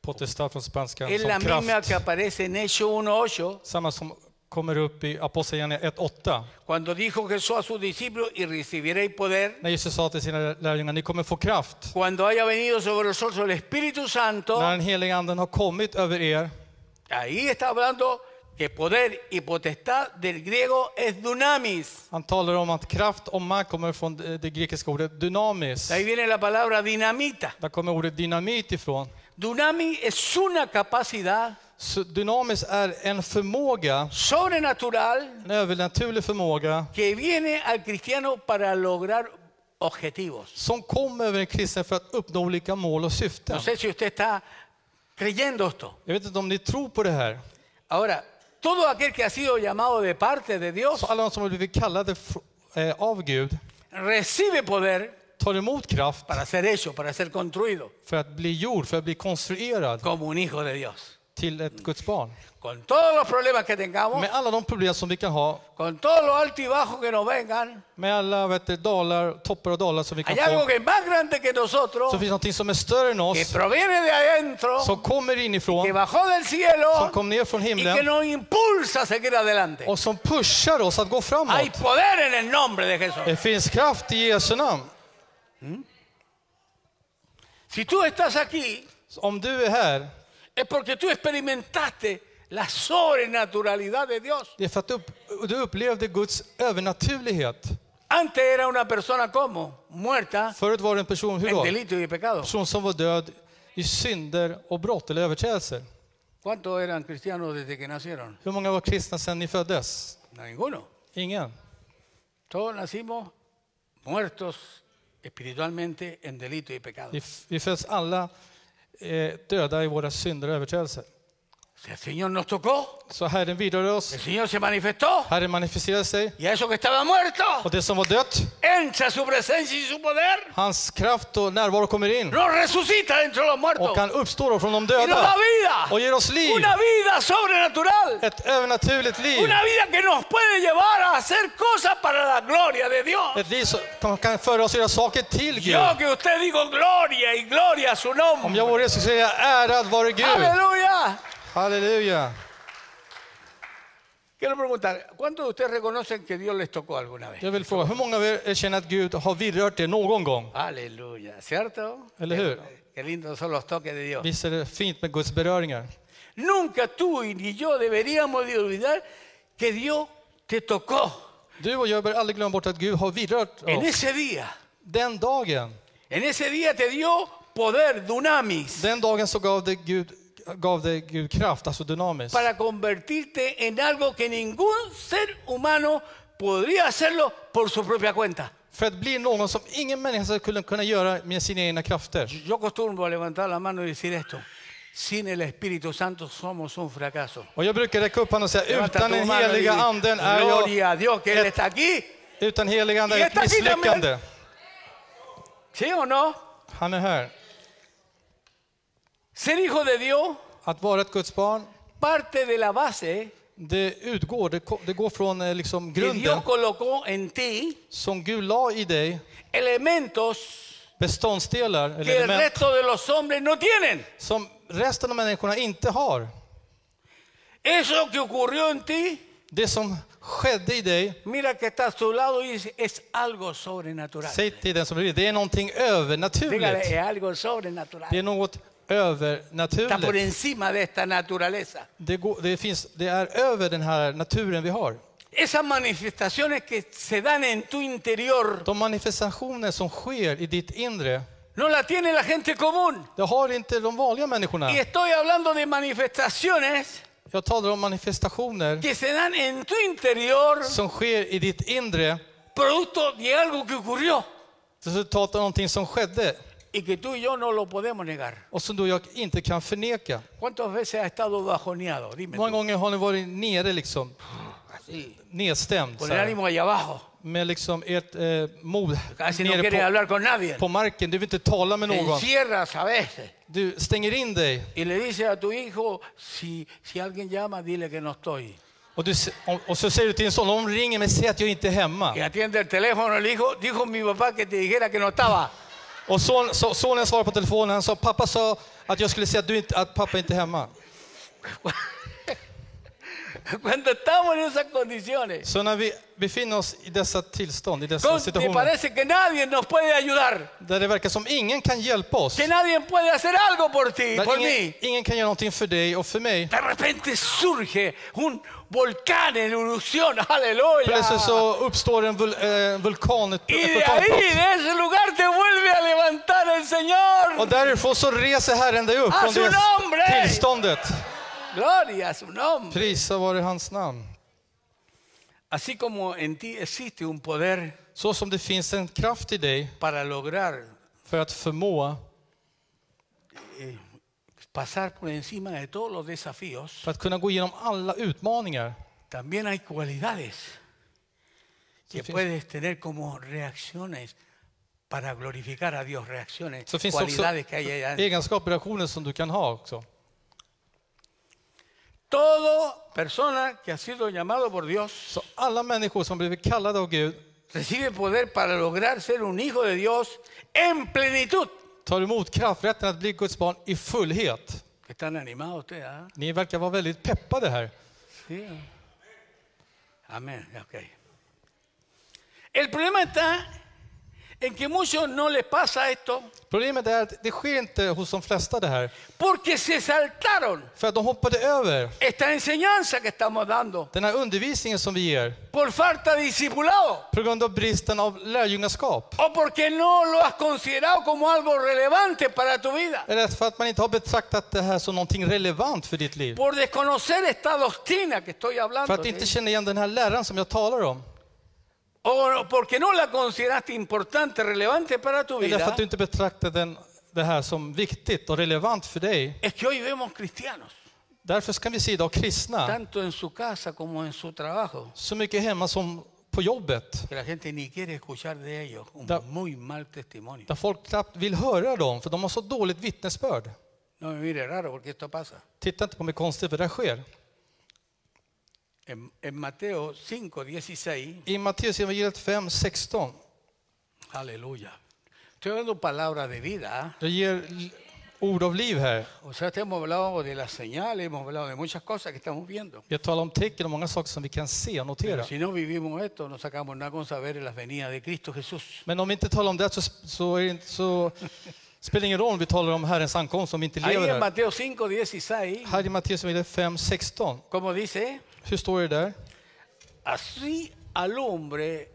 Speaker 2: potestad från spanska
Speaker 1: es la
Speaker 2: som
Speaker 1: misma
Speaker 2: kraft.
Speaker 1: que aparece en Hechos 1.8
Speaker 2: Samma som kommer upp i Apostlagärningarna 1.8.
Speaker 1: cuando dijo Jesús a sus discípulos y recibiréis poder
Speaker 2: När Jesus sa till sina lärjungar, ni kommer få kraft.
Speaker 1: cuando haya venido sobre vosotros el Espíritu Santo.
Speaker 2: När den heliga anden har kommit över er.
Speaker 1: Ahí está hablando que poder y potestad del griego es dunamis.
Speaker 2: Han talar om att kraft och makt kommer från det det grekiska ordet dynamis.
Speaker 1: De ahí viene la palabra dinamita.
Speaker 2: Där kommer ordet dynamit ifrån.
Speaker 1: Dunami es una capacidad
Speaker 2: Så dynamis är en förmåga,
Speaker 1: sobrenatural
Speaker 2: en övernaturlig förmåga
Speaker 1: que viene al cristiano para lograr objetivos.
Speaker 2: som kommer över en kristen för att uppnå olika mål och syften.
Speaker 1: No sé si usted está creyendo esto.
Speaker 2: Jag vet inte om ni tror på det här.
Speaker 1: Ahora, todo aquel que ha sido llamado de parte de Dios
Speaker 2: Så alla de som har blivit kallade fr- eh, av Gud
Speaker 1: recibe poder
Speaker 2: tar emot kraft
Speaker 1: para ser hecho, para ser construido
Speaker 2: för att bli gjord, för att bli konstruerad
Speaker 1: como un hijo de Dios.
Speaker 2: till ett Guds barn.
Speaker 1: Con todos los problemas que tengamos,
Speaker 2: Med alla de problem som vi kan ha,
Speaker 1: con todos los altibajos que nos vengan,
Speaker 2: med alla vet du, dalar, toppar och dalar som vi kan
Speaker 1: Hay algo
Speaker 2: få,
Speaker 1: que es más grande que nosotros,
Speaker 2: så finns någonting som är större än
Speaker 1: que
Speaker 2: oss,
Speaker 1: proviene de adentro,
Speaker 2: som kommer
Speaker 1: que
Speaker 2: inifrån,
Speaker 1: bajó del cielo
Speaker 2: som kom ner från
Speaker 1: y que
Speaker 2: himlen
Speaker 1: nos impulsa a seguir adelante.
Speaker 2: och som pushar oss att gå
Speaker 1: Hay
Speaker 2: framåt.
Speaker 1: poder en el nombre de Jesús.
Speaker 2: Det finns kraft i Jesu namn.
Speaker 1: Si tú estás aquí,
Speaker 2: Så Om du är här,
Speaker 1: es porque tú experimentaste la sobrenaturalidad de Dios.
Speaker 2: det är för att du, upp, du upplevde Guds övernaturlighet.
Speaker 1: Antes era una persona como muerta
Speaker 2: Förut var det en person, hur
Speaker 1: en
Speaker 2: då?
Speaker 1: delito y pecado.
Speaker 2: En person som var död i synder och brott eller överträdelser.
Speaker 1: ¿Cuántos eran cristianos desde que nacieron?
Speaker 2: Hur många var kristna sedan ni föddes?
Speaker 1: Ninguno.
Speaker 2: Ingen.
Speaker 1: Todos nacimos muertos espiritualmente en delito y pecado.
Speaker 2: Vi, vi föds alla eh, döda i våra synder och överträdelser.
Speaker 1: Si el Señor nos tocó,
Speaker 2: Så Herren vidrörde oss,
Speaker 1: el Señor se manifestó.
Speaker 2: Herren manifesterade sig
Speaker 1: Y a eso que estaba muerto,
Speaker 2: och det som var dött,
Speaker 1: entra su presencia y su poder,
Speaker 2: hans kraft och närvaro kommer in
Speaker 1: nos resucita dentro de los muertos
Speaker 2: och han uppstår från de
Speaker 1: y nos da
Speaker 2: döda och
Speaker 1: vida.
Speaker 2: ger oss liv.
Speaker 1: Una vida sobrenatural.
Speaker 2: Ett övernaturligt liv.
Speaker 1: Una vida que nos puede llevar a hacer cosas para la gloria de Dios.
Speaker 2: Ett liv som som kan föra oss och göra saker till Gud.
Speaker 1: Yo que usted digo gloria y gloria a su
Speaker 2: Om jag
Speaker 1: nombre.
Speaker 2: vore Jesus skulle jag säga ärad vare Gud.
Speaker 1: Aleluya.
Speaker 2: Halleluja.
Speaker 1: Quiero preguntar, ¿cuántos de ustedes reconocen que Dios les tocó alguna vez?
Speaker 2: Jag vill fråga, hur många av er känner att Gud har vidrört er någon gång?
Speaker 1: Aleluya, ¿cierto?
Speaker 2: Eller hur?
Speaker 1: Qué lindos son los toques de Dios.
Speaker 2: Visst är det fint med Guds beröringar?
Speaker 1: Nunca tú y ni yo deberíamos de olvidar que Dios te tocó
Speaker 2: Du och jag bör aldrig glömma bort att Gud har vidrört
Speaker 1: en
Speaker 2: oss.
Speaker 1: ese día.
Speaker 2: Den dagen,
Speaker 1: En ese día te dio poder, dunamis,
Speaker 2: den dagen så gav det Gud, gav det Gud kraft, alltså dynamiskt.
Speaker 1: para convertirte en algo que ningún ser humano podría hacerlo por su propia cuenta.
Speaker 2: För att bli någon som ingen människa skulle kunna göra med sina egna krafter.
Speaker 1: Yo acostumbro a levantar la mano y decir esto. Sin el Espíritu Santo somos un fracaso.
Speaker 2: Och jag brukar räcka upp handen och säga,
Speaker 1: Levanta
Speaker 2: utan
Speaker 1: tu
Speaker 2: den
Speaker 1: mano y
Speaker 2: heliga
Speaker 1: di,
Speaker 2: anden är
Speaker 1: Gloria
Speaker 2: jag,
Speaker 1: a Dios que Él está aquí.
Speaker 2: utan heliga anden är jag
Speaker 1: Jag
Speaker 2: ett
Speaker 1: tackar dig, men-
Speaker 2: misslyckande.
Speaker 1: ¿Sí o no?
Speaker 2: Han är här.
Speaker 1: Ser hijo de Dios
Speaker 2: Att vara ett Guds barn,
Speaker 1: parte de la base
Speaker 2: det utgår, det, ko- det går från eh, liksom
Speaker 1: que Dios
Speaker 2: grunden
Speaker 1: colocó en ti
Speaker 2: som Gud la i dig,
Speaker 1: elementos
Speaker 2: beståndsdelar eller
Speaker 1: que el
Speaker 2: element,
Speaker 1: resto de los hombres no tienen.
Speaker 2: som resten av människorna inte har.
Speaker 1: Eso que ocurrió en ti,
Speaker 2: Det som skedde i dig,
Speaker 1: mira que está a tu lado y dice, es algo sobrenatural.
Speaker 2: säg till den som blir det är någonting
Speaker 1: Dígale,
Speaker 2: övernaturligt.
Speaker 1: es algo
Speaker 2: Det är
Speaker 1: sobrenatural.
Speaker 2: något
Speaker 1: Está por
Speaker 2: övernaturligt.
Speaker 1: encima de esta naturaleza.
Speaker 2: Det, går, det, finns, det är över den här naturen vi har.
Speaker 1: Esas manifestaciones que se dan en tu interior
Speaker 2: De manifestationer som sker i ditt inre
Speaker 1: No la tiene la gente común.
Speaker 2: Det har inte de vanliga människorna.
Speaker 1: Y estoy hablando de manifestaciones
Speaker 2: Jag talar om manifestationer
Speaker 1: que se dan en tu interior,
Speaker 2: som sker i ditt inre,
Speaker 1: producto de algo que ocurrió
Speaker 2: resultat av någonting som skedde
Speaker 1: y que tú y yo no lo podemos negar.
Speaker 2: och som du och jag inte kan förneka.
Speaker 1: ¿Cuántas veces has estado bajoneado? Dime.
Speaker 2: Hur många
Speaker 1: tú.
Speaker 2: gånger har ni varit nere, liksom,
Speaker 1: Así,
Speaker 2: nedstämd,
Speaker 1: con
Speaker 2: så
Speaker 1: el
Speaker 2: här,
Speaker 1: ánimo allá abajo.
Speaker 2: med liksom ert eh, mod
Speaker 1: Casi no
Speaker 2: nere
Speaker 1: quieres
Speaker 2: på,
Speaker 1: hablar con nadie.
Speaker 2: på marken? Du vill inte tala med
Speaker 1: Te
Speaker 2: någon.
Speaker 1: encierras a veces.
Speaker 2: Du stänger in dig.
Speaker 1: Y le dices a tu hijo, si, si alguien llama, dile que no estoy.
Speaker 2: Och, du, s- och- och så säger du till en son, om de ringer mig, säg att jag inte är
Speaker 1: Y
Speaker 2: hemma.
Speaker 1: atiende el teléfono el hijo, dijo mi papá que te dijera que no estaba.
Speaker 2: Och son, so, sonen svarar på telefonen, han sa, pappa sa att jag skulle säga att, du inte, att pappa inte är hemma.
Speaker 1: *laughs* Cuando estamos en esas condiciones,
Speaker 2: Så när vi befinner oss i dessa tillstånd, i dessa
Speaker 1: con- te
Speaker 2: situationer,
Speaker 1: parece que nadie nos puede ayudar,
Speaker 2: där det verkar som ingen kan hjälpa oss,
Speaker 1: que nadie puede hacer algo por ti,
Speaker 2: där
Speaker 1: por
Speaker 2: ingen,
Speaker 1: mí.
Speaker 2: ingen kan göra någonting för dig och för mig,
Speaker 1: De repente surge un volcán en erupción, *laughs* aleluya.
Speaker 2: plötsligt så uppstår en vul, eh, vulkan, ett,
Speaker 1: Y
Speaker 2: ett
Speaker 1: de ahí,
Speaker 2: vulkanutbrott.
Speaker 1: de ese lugar, te vuelve a levantar el Señor.
Speaker 2: Och därifrån så reser Herren dig upp från
Speaker 1: Alltså,
Speaker 2: det
Speaker 1: nombre!
Speaker 2: tillståndet.
Speaker 1: Gloria a su nombre.
Speaker 2: Prisa vare hans namn.
Speaker 1: Así como en ti existe un poder
Speaker 2: Så som det finns en kraft i dig
Speaker 1: para lograr
Speaker 2: för att förmå
Speaker 1: pasar por encima de todos los desafíos,
Speaker 2: För att kunna gå igenom alla utmaningar
Speaker 1: también hay cualidades que
Speaker 2: Sí, sí.
Speaker 1: puedes tener como reacciones para glorificar a Dios, reacciones,
Speaker 2: så finns det också
Speaker 1: cualidades que hay allá.
Speaker 2: egenskaper och reaktioner som du kan ha också.
Speaker 1: Todo persona que ha sido llamado por Dios
Speaker 2: Så alla människor som blivit kallade av Gud
Speaker 1: recibe poder para lograr ser un hijo de Dios en plenitud.
Speaker 2: tar emot krafträtten att bli Guds barn i fullhet.
Speaker 1: Están animados ustedes, ¿ah?
Speaker 2: Ni verkar vara väldigt peppade här.
Speaker 1: Sí. ah. Amén. ok. El problema está en que muchos no les pasa esto
Speaker 2: Problemet är att det sker inte hos de flesta det här.
Speaker 1: porque se saltaron
Speaker 2: För att de hoppade över
Speaker 1: esta enseñanza que estamos dando
Speaker 2: den här undervisningen som vi ger
Speaker 1: por falta de discipulado
Speaker 2: på grund av bristen av lärjungaskap.
Speaker 1: o porque no lo has considerado como algo relevante para tu vida.
Speaker 2: Eller för att man inte har betraktat det här som någonting relevant för ditt liv.
Speaker 1: Por desconocer esta doctrina que estoy
Speaker 2: För
Speaker 1: hablando.
Speaker 2: att inte
Speaker 1: ¿sí?
Speaker 2: känna igen den här läraren som jag talar om.
Speaker 1: O porque no la consideraste importante, relevante para tu
Speaker 2: Det är därför
Speaker 1: vida.
Speaker 2: att du inte betraktar den, det här som viktigt och relevant för dig.
Speaker 1: Es que hoy vemos cristianos,
Speaker 2: Därför ska vi se idag kristna,
Speaker 1: tanto en su casa como en su trabajo,
Speaker 2: så mycket hemma som på jobbet,
Speaker 1: que la gente ni quiere escuchar de ellos. Un
Speaker 2: Da-
Speaker 1: muy mal testimonio.
Speaker 2: där folk knappt vill höra dem, för de har så dåligt vittnesbörd.
Speaker 1: No me mire raro porque esto pasa.
Speaker 2: Titta inte på mig konstigt, för det här sker.
Speaker 1: En, en Mateo 5, 16,
Speaker 2: I Matteus evangeliet 5, 16,
Speaker 1: aleluya. Estoy hablando palabra de vida. ¿ah?
Speaker 2: jag ger l- ord av liv här.
Speaker 1: O sea, te hemos hablado de las señales, hemos hablado de muchas cosas que estamos viendo.
Speaker 2: Jag talar om tecken och många saker som vi kan se
Speaker 1: Pero
Speaker 2: och notera.
Speaker 1: si no vivimos esto, no sacamos nada con saber las venidas de Cristo Jesús.
Speaker 2: Men om vi inte talar om det så, så, är det inte, så spelar det ingen roll om vi talar om Herrens ankomst, om vi inte
Speaker 1: Ahí
Speaker 2: lever
Speaker 1: en
Speaker 2: här.
Speaker 1: Mateo 5, 16,
Speaker 2: Här i Matteus evangeliet 5, 16,
Speaker 1: como dice,
Speaker 2: hur står det där?
Speaker 1: Así alumbre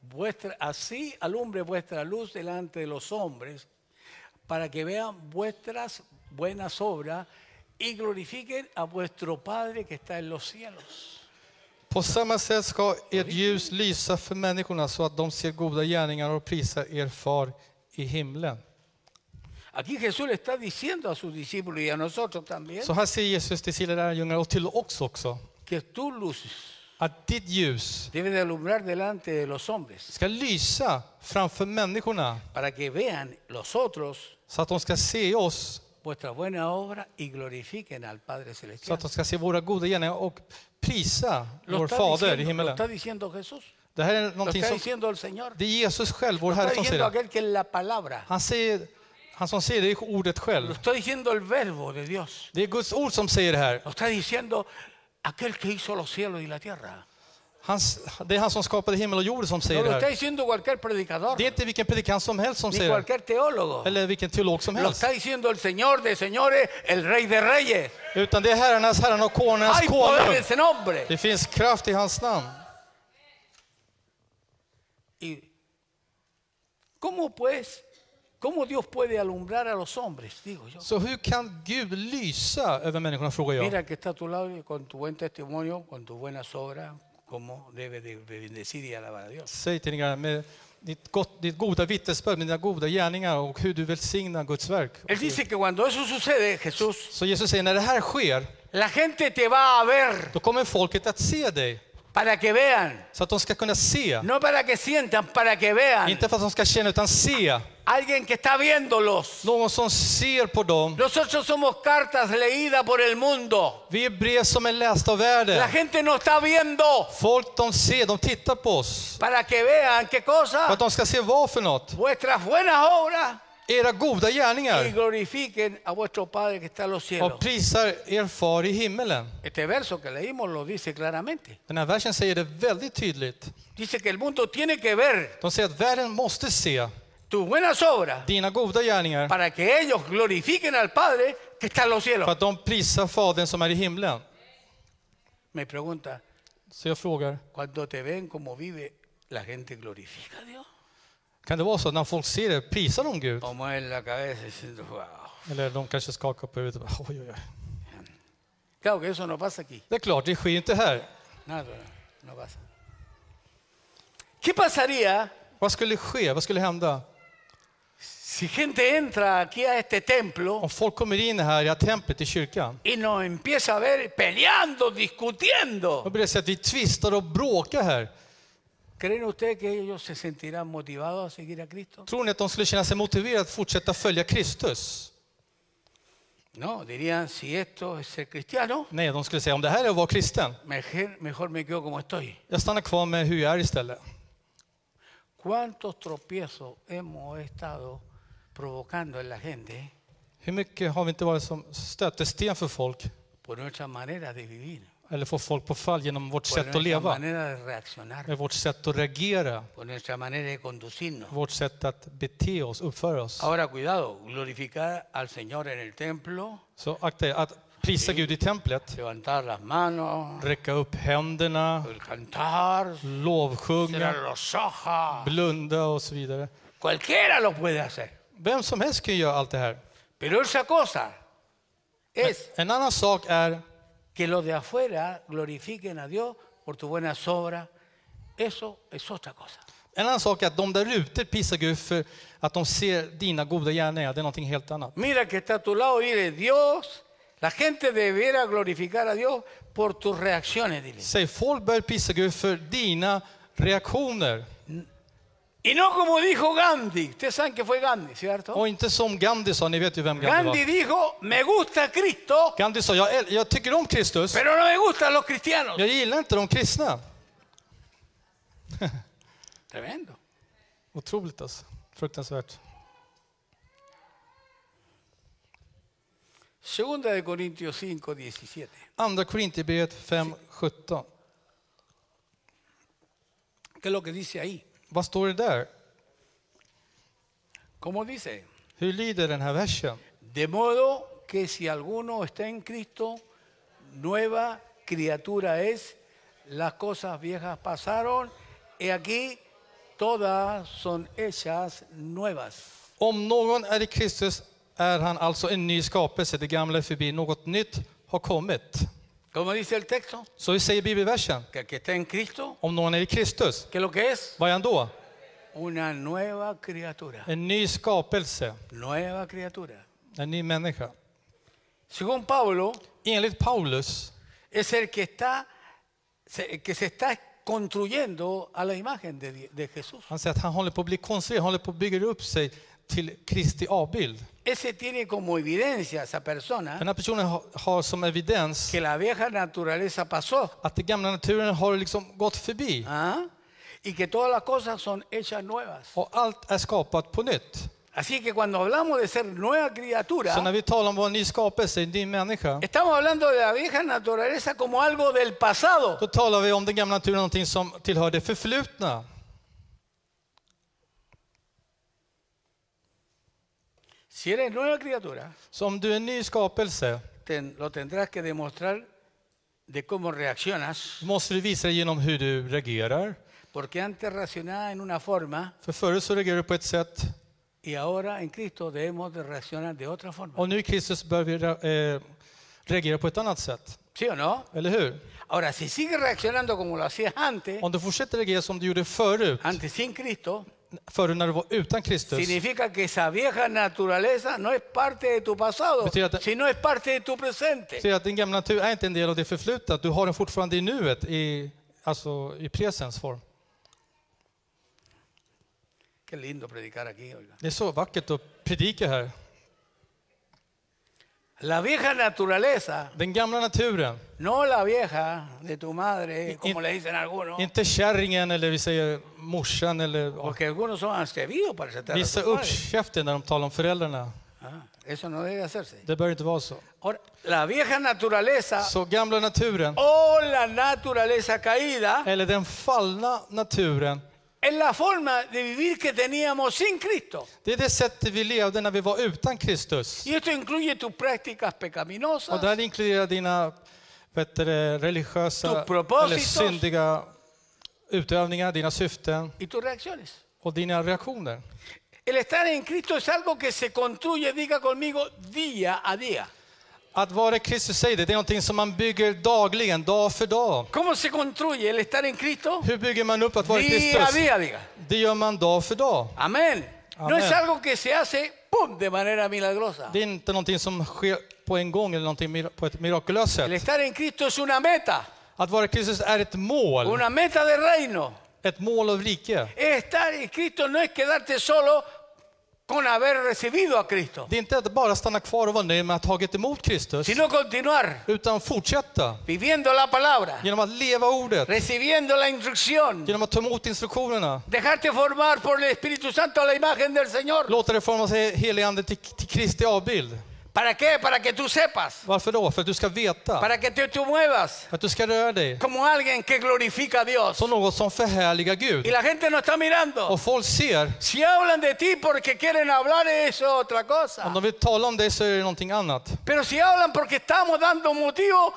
Speaker 1: vuestra, así alumbre vuestra luz delante de los hombres, para que vean vuestras buenas obras y glorifiquen a vuestro Padre que está en los cielos.
Speaker 2: På samma sätt ska ert ljus lysa för människorna så att de ser goda gärningar och prisar er far i himlen.
Speaker 1: Aquí Jesús le está diciendo a sus discípulos y a nosotros también
Speaker 2: Så här säger Jesus till sina lärjungar och till oss också,
Speaker 1: que tu luz
Speaker 2: att ditt ljus
Speaker 1: debe de alumbrar delante de los hombres,
Speaker 2: ska lysa framför människorna
Speaker 1: para que vean los otros
Speaker 2: så att de ska se oss,
Speaker 1: vuestras buenas obras y glorifiquen al Padre
Speaker 2: så
Speaker 1: Celestial.
Speaker 2: att de ska se våra goda gärningar och prisa
Speaker 1: Lo
Speaker 2: vår
Speaker 1: está
Speaker 2: fader
Speaker 1: diciendo-
Speaker 2: i
Speaker 1: lo
Speaker 2: himmelen.
Speaker 1: está diciendo Jesús.
Speaker 2: Det här är
Speaker 1: Lo
Speaker 2: någonting
Speaker 1: está
Speaker 2: som,
Speaker 1: diciendo el Señor.
Speaker 2: det är Jesus själv, vår
Speaker 1: Lo está
Speaker 2: Herre som säger
Speaker 1: diciendo
Speaker 2: det.
Speaker 1: aquel que es la palabra.
Speaker 2: Han, säger, han som säger det är ordet
Speaker 1: Lo
Speaker 2: själv.
Speaker 1: está diciendo el verbo de Dios.
Speaker 2: Det är Guds ord som säger det här.
Speaker 1: Lo está diciendo aquel que hizo los cielos y la tierra.
Speaker 2: Hans, det är han som skapade himmel och jord som
Speaker 1: No
Speaker 2: säger det
Speaker 1: lo
Speaker 2: här.
Speaker 1: está diciendo cualquier predicador,
Speaker 2: Det är inte vilken predikant som helst som
Speaker 1: ni
Speaker 2: säger det,
Speaker 1: cualquier teólogo.
Speaker 2: eller vilken teolog som
Speaker 1: Lo
Speaker 2: helst.
Speaker 1: está diciendo el Señor de señores, el Rey de reyes.
Speaker 2: Utan det är herrarnas, herrarna och konungarnas
Speaker 1: Hay poder en
Speaker 2: konung.
Speaker 1: ese nombre.
Speaker 2: Det finns kraft i hans namn.
Speaker 1: Y, ¿Cómo pues ¿Cómo Dios puede alumbrar a los hombres? Digo yo.
Speaker 2: Så hur kan Gud lysa över människorna, frågar jag.
Speaker 1: Mira al que está a tu lado y con tu buen testimonio, con tus buenas obras, cómo debe de bendecir y alabar a Dios.
Speaker 2: Säg till dina grannar, med ditt, gott, ditt goda vittnesbörd, med dina goda gärningar och hur du välsignar Guds verk.
Speaker 1: Él dice que cuando eso sucede, Jesús,
Speaker 2: Så Jesus säger, när det här sker,
Speaker 1: la gente te va a ver
Speaker 2: då kommer folket att se dig.
Speaker 1: para que vean,
Speaker 2: Så att de ska kunna se.
Speaker 1: no para que sientan, para que vean.
Speaker 2: Inte för att de ska känna, utan se.
Speaker 1: Alguien que está viéndolos.
Speaker 2: Någon som ser på dem.
Speaker 1: Nosotros somos cartas leídas por el mundo.
Speaker 2: Vi är brev som är lästa av
Speaker 1: La
Speaker 2: världen.
Speaker 1: gente nos está viendo
Speaker 2: Folk de ser, de tittar på oss.
Speaker 1: para que vean qué
Speaker 2: För
Speaker 1: cosa,
Speaker 2: att de ska se vad för något.
Speaker 1: vuestras buenas obras
Speaker 2: Era goda
Speaker 1: y
Speaker 2: gärningar
Speaker 1: glorifiquen a vuestro Padre que está en los cielos.
Speaker 2: och prisar er far i himmelen.
Speaker 1: Este verso que leímos lo dice claramente.
Speaker 2: Den här versen säger det väldigt tydligt.
Speaker 1: Dice que el mundo tiene que ver
Speaker 2: De säger att världen måste se
Speaker 1: tus buenas obras
Speaker 2: dina goda gärningar
Speaker 1: para que ellos glorifiquen al Padre que está en los
Speaker 2: för
Speaker 1: cielos.
Speaker 2: att de prisar Fadern som är i himlen.
Speaker 1: Me pregunta,
Speaker 2: Så jag frågar,
Speaker 1: cuando te ven como vive, la gente glorifica a Dios.
Speaker 2: kan det vara så att när folk ser det, prisar de Gud?
Speaker 1: Como en la cabeza diciendo, wow.
Speaker 2: Eller de kanske skakar på huvudet. Oj, oj, oj.
Speaker 1: Claro que eso no pasa aquí.
Speaker 2: Det är klart, det sker ju inte här.
Speaker 1: Nada, no pasa. ¿Qué pasaría
Speaker 2: Vad skulle ske? Vad skulle hända?
Speaker 1: si gente entra aquí a este templo
Speaker 2: Om folk kommer in här i templet, i kyrkan,
Speaker 1: y nos empieza a ver peleando, discutiendo?
Speaker 2: då blir det så att vi tvistar och bråkar här.
Speaker 1: ¿Creen ustedes que ellos se sentirán motivados a seguir a Cristo?
Speaker 2: Tror ni att de skulle känna sig motiverade att fortsätta följa Kristus?
Speaker 1: No, dirían, si esto es ser cristiano,
Speaker 2: Nej, de skulle säga om det här är att vara kristen,
Speaker 1: mejor, mejor me quedo como estoy.
Speaker 2: jag stannar kvar med hur jag är istället.
Speaker 1: ¿Cuántos tropiezos hemos estado provocando en la gente
Speaker 2: Hur mycket har vi inte varit som stötesten för folk?
Speaker 1: por nuestra manera de vivir,
Speaker 2: Eller få folk på fall genom vårt
Speaker 1: por
Speaker 2: sätt att
Speaker 1: nuestra
Speaker 2: leva?
Speaker 1: manera de reaccionar,
Speaker 2: Med vårt sätt att reagera?
Speaker 1: por nuestra manera de conducirnos?
Speaker 2: Vårt sätt att bete oss, uppföra oss?
Speaker 1: Ahora, cuidado, glorificar al Señor en el templo,
Speaker 2: Så akta er, att prisa Gud i templet,
Speaker 1: levantar las manos,
Speaker 2: räcka upp händerna,
Speaker 1: el cantar,
Speaker 2: lovsjunga,
Speaker 1: cerrar los ojos.
Speaker 2: blunda och så vidare.
Speaker 1: Cualquiera lo puede hacer.
Speaker 2: Vem som helst kan ju göra allt det här.
Speaker 1: Pero esa cosa es
Speaker 2: En annan sak är
Speaker 1: que los de afuera glorifiquen a Dios por tus buenas obras. Eso es otra cosa.
Speaker 2: En annan sak är att de där ute prisar Gud för att de ser dina goda gärningar. Det är någonting helt annat.
Speaker 1: Mira que está a tu lado, dile, Dios, la gente debiera glorificar a Dios por tus reacciones, dile.
Speaker 2: Säg, folk bör prisa Gud för dina reaktioner.
Speaker 1: Y no como dijo Gandhi, ustedes saben que fue Gandhi, ¿cierto?
Speaker 2: Och inte som Gandhi sa, ni vet ju vem Gandhi
Speaker 1: Gandhi
Speaker 2: var.
Speaker 1: dijo, me gusta Cristo,
Speaker 2: Gandhi sa, jag, äl- jag tycker om Kristus,
Speaker 1: pero no me gustan los cristianos.
Speaker 2: jag gillar inte de kristna.
Speaker 1: Tremendo.
Speaker 2: Otroligt alltså. Fruktansvärt.
Speaker 1: Segunda de Corintios 5, 17.
Speaker 2: Andra Korinthierbrevet 5.17.
Speaker 1: ¿Qué es lo que dice ahí?
Speaker 2: Vad står det där?
Speaker 1: ¿Cómo dice?
Speaker 2: Hur lyder den här versen?
Speaker 1: De modo que si alguno está en Cristo, nueva criatura es, las cosas viejas pasaron, y aquí todas son hechas nuevas.
Speaker 2: Om någon är i Kristus är han alltså en ny skapelse. Det gamla är förbi, något nytt har kommit.
Speaker 1: ¿Cómo dice el texto?
Speaker 2: Så vi säger bibelversen.
Speaker 1: Que el que está en Cristo,
Speaker 2: Om någon är i Kristus,
Speaker 1: ¿qué es lo que es?
Speaker 2: vad är han då?
Speaker 1: Una nueva criatura.
Speaker 2: En ny skapelse,
Speaker 1: Nueva criatura.
Speaker 2: en ny människa.
Speaker 1: Según Pablo,
Speaker 2: Enligt Paulus
Speaker 1: es el que está, se- que se está construyendo a la imagen de, Di- de Jesús.
Speaker 2: Han säger att han håller på att bli konstruerad, han håller på att bygga upp sig till Kristi avbild.
Speaker 1: Ese tiene como evidencia esa
Speaker 2: Den
Speaker 1: persona
Speaker 2: här personen har, har som evidens
Speaker 1: que la vieja naturaleza pasó
Speaker 2: att den gamla naturen har liksom gått förbi
Speaker 1: ¿ah? y que todas las cosas son hechas nuevas.
Speaker 2: och allt är skapat på nytt.
Speaker 1: Así que cuando hablamos de ser nueva
Speaker 2: Så när
Speaker 1: criatura,
Speaker 2: vi talar om vår ny skapelse, en ny människa,
Speaker 1: estamos hablando de la vieja naturaleza como algo del pasado.
Speaker 2: då talar vi om den gamla naturen, någonting som tillhör det förflutna.
Speaker 1: Si eres nueva criatura,
Speaker 2: Så om du är en ny skapelse,
Speaker 1: ten- lo tendrás que demostrar de cómo reaccionas,
Speaker 2: då måste du visa det genom hur du reagerar.
Speaker 1: porque antes reaccionabas en una forma
Speaker 2: För förut så reagerade du på ett sätt
Speaker 1: Y ahora en Cristo debemos de reaccionar de otra forma.
Speaker 2: Och nu i Kristus bör vi re- eh, reagera på ett annat sätt,
Speaker 1: ¿Sí o no?
Speaker 2: eller hur?
Speaker 1: Ahora, si sigues reaccionando como lo hacías antes,
Speaker 2: Om du fortsätter reagera som du gjorde förut,
Speaker 1: antes sin Cristo,
Speaker 2: förut när du var utan Kristus,
Speaker 1: significa que esa vieja naturaleza no es parte de tu pasado,
Speaker 2: Betydde-
Speaker 1: sino es parte de tu presente.
Speaker 2: ser att din gamla natur är inte en del av det förflutna, du har den fortfarande i nuet, i, alltså i presensform.
Speaker 1: Qué lindo predicar aquí. oiga.
Speaker 2: Det är så vackert att predika här.
Speaker 1: La vieja naturaleza,
Speaker 2: Den gamla naturen,
Speaker 1: no la vieja de tu madre,
Speaker 2: Y-
Speaker 1: como
Speaker 2: y-
Speaker 1: le dicen algunos,
Speaker 2: inte kärringen eller vi säger morsan eller ja,
Speaker 1: porque algunos son atrevidos para aceptar a
Speaker 2: vissa
Speaker 1: sus
Speaker 2: upp
Speaker 1: padres.
Speaker 2: käften när de talar om föräldrarna.
Speaker 1: Ah, eso no debe hacerse.
Speaker 2: Det bör inte vara så.
Speaker 1: Ahora, la vieja naturaleza
Speaker 2: Så gamla naturen,
Speaker 1: o la naturaleza caída
Speaker 2: eller den fallna naturen,
Speaker 1: es la forma de vivir que teníamos sin Cristo.
Speaker 2: det är det sättet vi levde när vi var utan Kristus.
Speaker 1: Y esto incluye tus prácticas
Speaker 2: Och
Speaker 1: pecaminosas,
Speaker 2: där inkluderar dina vet du, det, religiösa
Speaker 1: To propósitos.
Speaker 2: eller syndiga utövningar, dina syften
Speaker 1: y tus reacciones.
Speaker 2: och dina reaktioner.
Speaker 1: El estar en Cristo es algo que se construye, diga conmigo, día a día.
Speaker 2: Att vara i Kristus säger det, det är någonting som man bygger dagligen, dag för dag.
Speaker 1: ¿Cómo se construye el estar en Cristo?
Speaker 2: Hur bygger man upp att vara i
Speaker 1: Día a
Speaker 2: Kristus?
Speaker 1: día, diga.
Speaker 2: Det gör man dag för dag.
Speaker 1: Amén. No
Speaker 2: Amén.
Speaker 1: es algo que se hace ¡pum! de manera milagrosa.
Speaker 2: Det är inte någonting som sker på en gång eller någonting mir- på ett mirakulöst
Speaker 1: El
Speaker 2: sätt.
Speaker 1: estar en Cristo es una meta,
Speaker 2: Att vara i Kristus är ett mål,
Speaker 1: una meta de reino.
Speaker 2: ett mål av rike.
Speaker 1: Estar en Cristo no es quedarte solo con haber recibido a Cristo,
Speaker 2: Det är inte att bara stanna kvar och vara nöjd med att ha tagit emot Kristus,
Speaker 1: sino continuar
Speaker 2: utan fortsätta
Speaker 1: viviendo la palabra,
Speaker 2: genom att leva ordet,
Speaker 1: recibiendo la instrucción,
Speaker 2: genom att ta emot instruktionerna,
Speaker 1: dejarte formar por el Espíritu Santo a la imagen del Señor.
Speaker 2: låta det forma sig helig ande till, till Kristi avbild.
Speaker 1: ¿Para qué? Para que tú sepas,
Speaker 2: Varför då? För att du ska veta, för
Speaker 1: para que te- tú muevas
Speaker 2: att du ska röra dig
Speaker 1: como alguien que glorifica a Dios.
Speaker 2: som något som förhärligar
Speaker 1: Y
Speaker 2: Gud.
Speaker 1: la gente no está mirando.
Speaker 2: Och folk ser,
Speaker 1: Si hablan de ti porque quieren hablar, eso es otra cosa.
Speaker 2: om de vill tala om dig så är det någonting annat.
Speaker 1: Pero si hablan porque estamos dando motivo,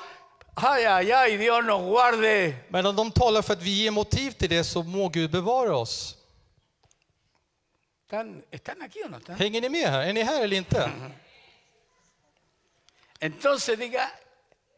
Speaker 1: ay, ay, ay, Dios nos guarde.
Speaker 2: Men om de talar för att vi ger motiv till det så må Gud bevara oss.
Speaker 1: ¿Están, están aquí o no están?
Speaker 2: Hänger ni med här? Är ni här eller inte?
Speaker 1: Entonces diga,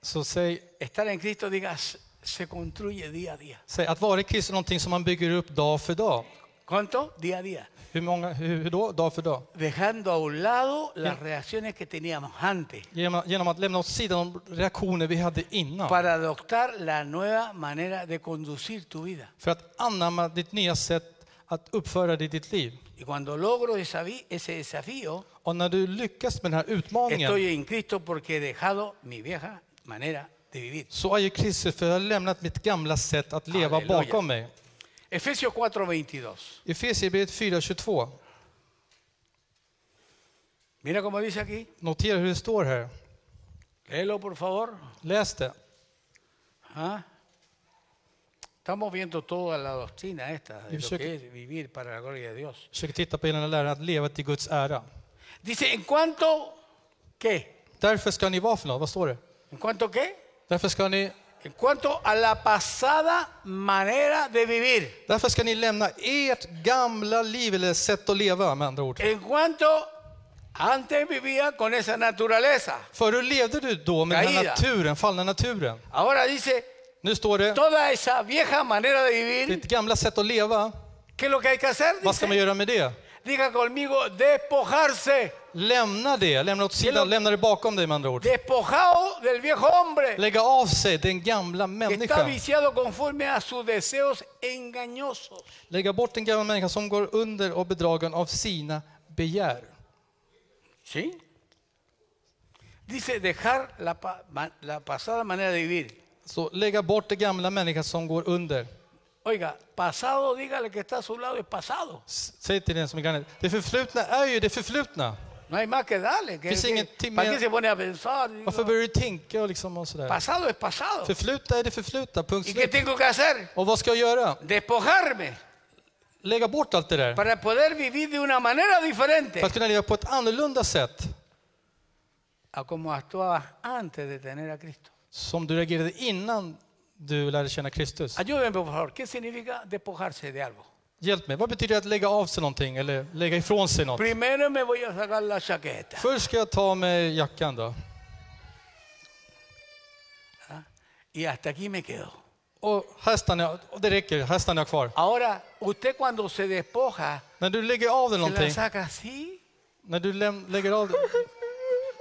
Speaker 2: Så säg,
Speaker 1: estar en Cristo, diga, se se construye día a día.
Speaker 2: säg att vara i Kristus är någonting som man bygger upp dag för dag.
Speaker 1: ¿Cuánto? Día a día.
Speaker 2: Hur, många, hur, hur då? Dag för dag.
Speaker 1: Dejando a un lado las reacciones que teníamos antes
Speaker 2: Genom, genom att lämna åt sidan de reaktioner vi hade innan.
Speaker 1: para adoptar la nueva manera de conducir tu vida.
Speaker 2: För att anamma ditt nya sätt att uppföra dig i ditt liv.
Speaker 1: Y cuando logro esa vi- ese desafío,
Speaker 2: Och när du lyckas med den här utmaningen
Speaker 1: estoy en Cristo porque he dejado mi vieja manera de vivir.
Speaker 2: så är ju Kristus, för jag har lämnat mitt gamla sätt att leva
Speaker 1: Halleluja.
Speaker 2: bakom mig.
Speaker 1: Efesios 4:22.
Speaker 2: Efesierbrevet 4.22.
Speaker 1: Mira cómo dice aquí.
Speaker 2: Notera hur det står här.
Speaker 1: Léelo, por favor.
Speaker 2: Läs det.
Speaker 1: Ah. Estamos viendo toda la doctrina esta, de
Speaker 2: Yo
Speaker 1: lo
Speaker 2: sé
Speaker 1: que es vivir para la gloria de Dios.
Speaker 2: Försök titta på hela den läran att leva till Guds ära.
Speaker 1: Dice, ¿en cuanto qué?
Speaker 2: Därför ska ni vara för något? Vad står det?
Speaker 1: ¿En cuanto qué?
Speaker 2: Därför ska ni,
Speaker 1: En cuanto a la pasada manera de vivir.
Speaker 2: därför ska ni lämna ert gamla liv, eller sätt att leva med andra ord.
Speaker 1: En cuanto antes vivía con esa naturaleza.
Speaker 2: Förr levde du då med den här
Speaker 1: Caída.
Speaker 2: naturen, fallna naturen.
Speaker 1: Ahora dice,
Speaker 2: Nu står det,
Speaker 1: toda esa vieja manera de
Speaker 2: ditt
Speaker 1: vivir,
Speaker 2: gamla sätt att leva,
Speaker 1: ¿qué es lo que hay que hacer?
Speaker 2: vad ska man
Speaker 1: Dice,
Speaker 2: göra med det?
Speaker 1: diga conmigo, despojarse.
Speaker 2: Lämna det, lämna åt
Speaker 1: Det lå-
Speaker 2: sidan, lämna det bakom dig med andra ord.
Speaker 1: Despojado del viejo hombre.
Speaker 2: Lägga av sig den gamla
Speaker 1: que está
Speaker 2: människan.
Speaker 1: viciado conforme a sus deseos engañosos.
Speaker 2: Lägga bort den gamla människan som går under och bedragen av sina begär.
Speaker 1: ¿Sí? Dice dejar la, pa- ma- la pasada manera de vivir.
Speaker 2: Så lägga bort den gamla människan som går under.
Speaker 1: Oiga, pasado, dígale que está a su lado, es pasado.
Speaker 2: S- Säg till den som är granne, det förflutna är ju det förflutna.
Speaker 1: No hay más que darle. que-
Speaker 2: Dicen
Speaker 1: que-
Speaker 2: en ti-
Speaker 1: ¿Para
Speaker 2: me-
Speaker 1: qué se pone a pensar? Digo,
Speaker 2: Varför börjar du tänka och, liksom och sådär?
Speaker 1: pasado es pasado.
Speaker 2: Förflutna är det förflutna, punkt
Speaker 1: ¿Y qué
Speaker 2: slut.
Speaker 1: tengo que hacer?
Speaker 2: Och vad ska jag göra?
Speaker 1: Despojarme
Speaker 2: Lägga bort allt det där. För
Speaker 1: para poder vivir de una manera diferente
Speaker 2: att kunna leva på ett annorlunda sätt.
Speaker 1: a como actuabas antes de tener a Cristo.
Speaker 2: Som du reagerade innan du lärde känna Kristus.
Speaker 1: Ayúdenme, por favor. ¿Qué significa despojarse de algo?
Speaker 2: Hjälp mig. Vad betyder det att lägga av sig någonting eller lägga ifrån sig något?
Speaker 1: Primero me voy a sacar la chaqueta.
Speaker 2: Först ska jag ta med jackan då.
Speaker 1: Y hasta aquí me quedo.
Speaker 2: Och här stannar jag. Och det räcker, här stannar jag kvar.
Speaker 1: Ahora, usted cuando se despoja,
Speaker 2: När du lägger av dig
Speaker 1: se la
Speaker 2: någonting,
Speaker 1: saca así.
Speaker 2: när du läm- lägger av dig,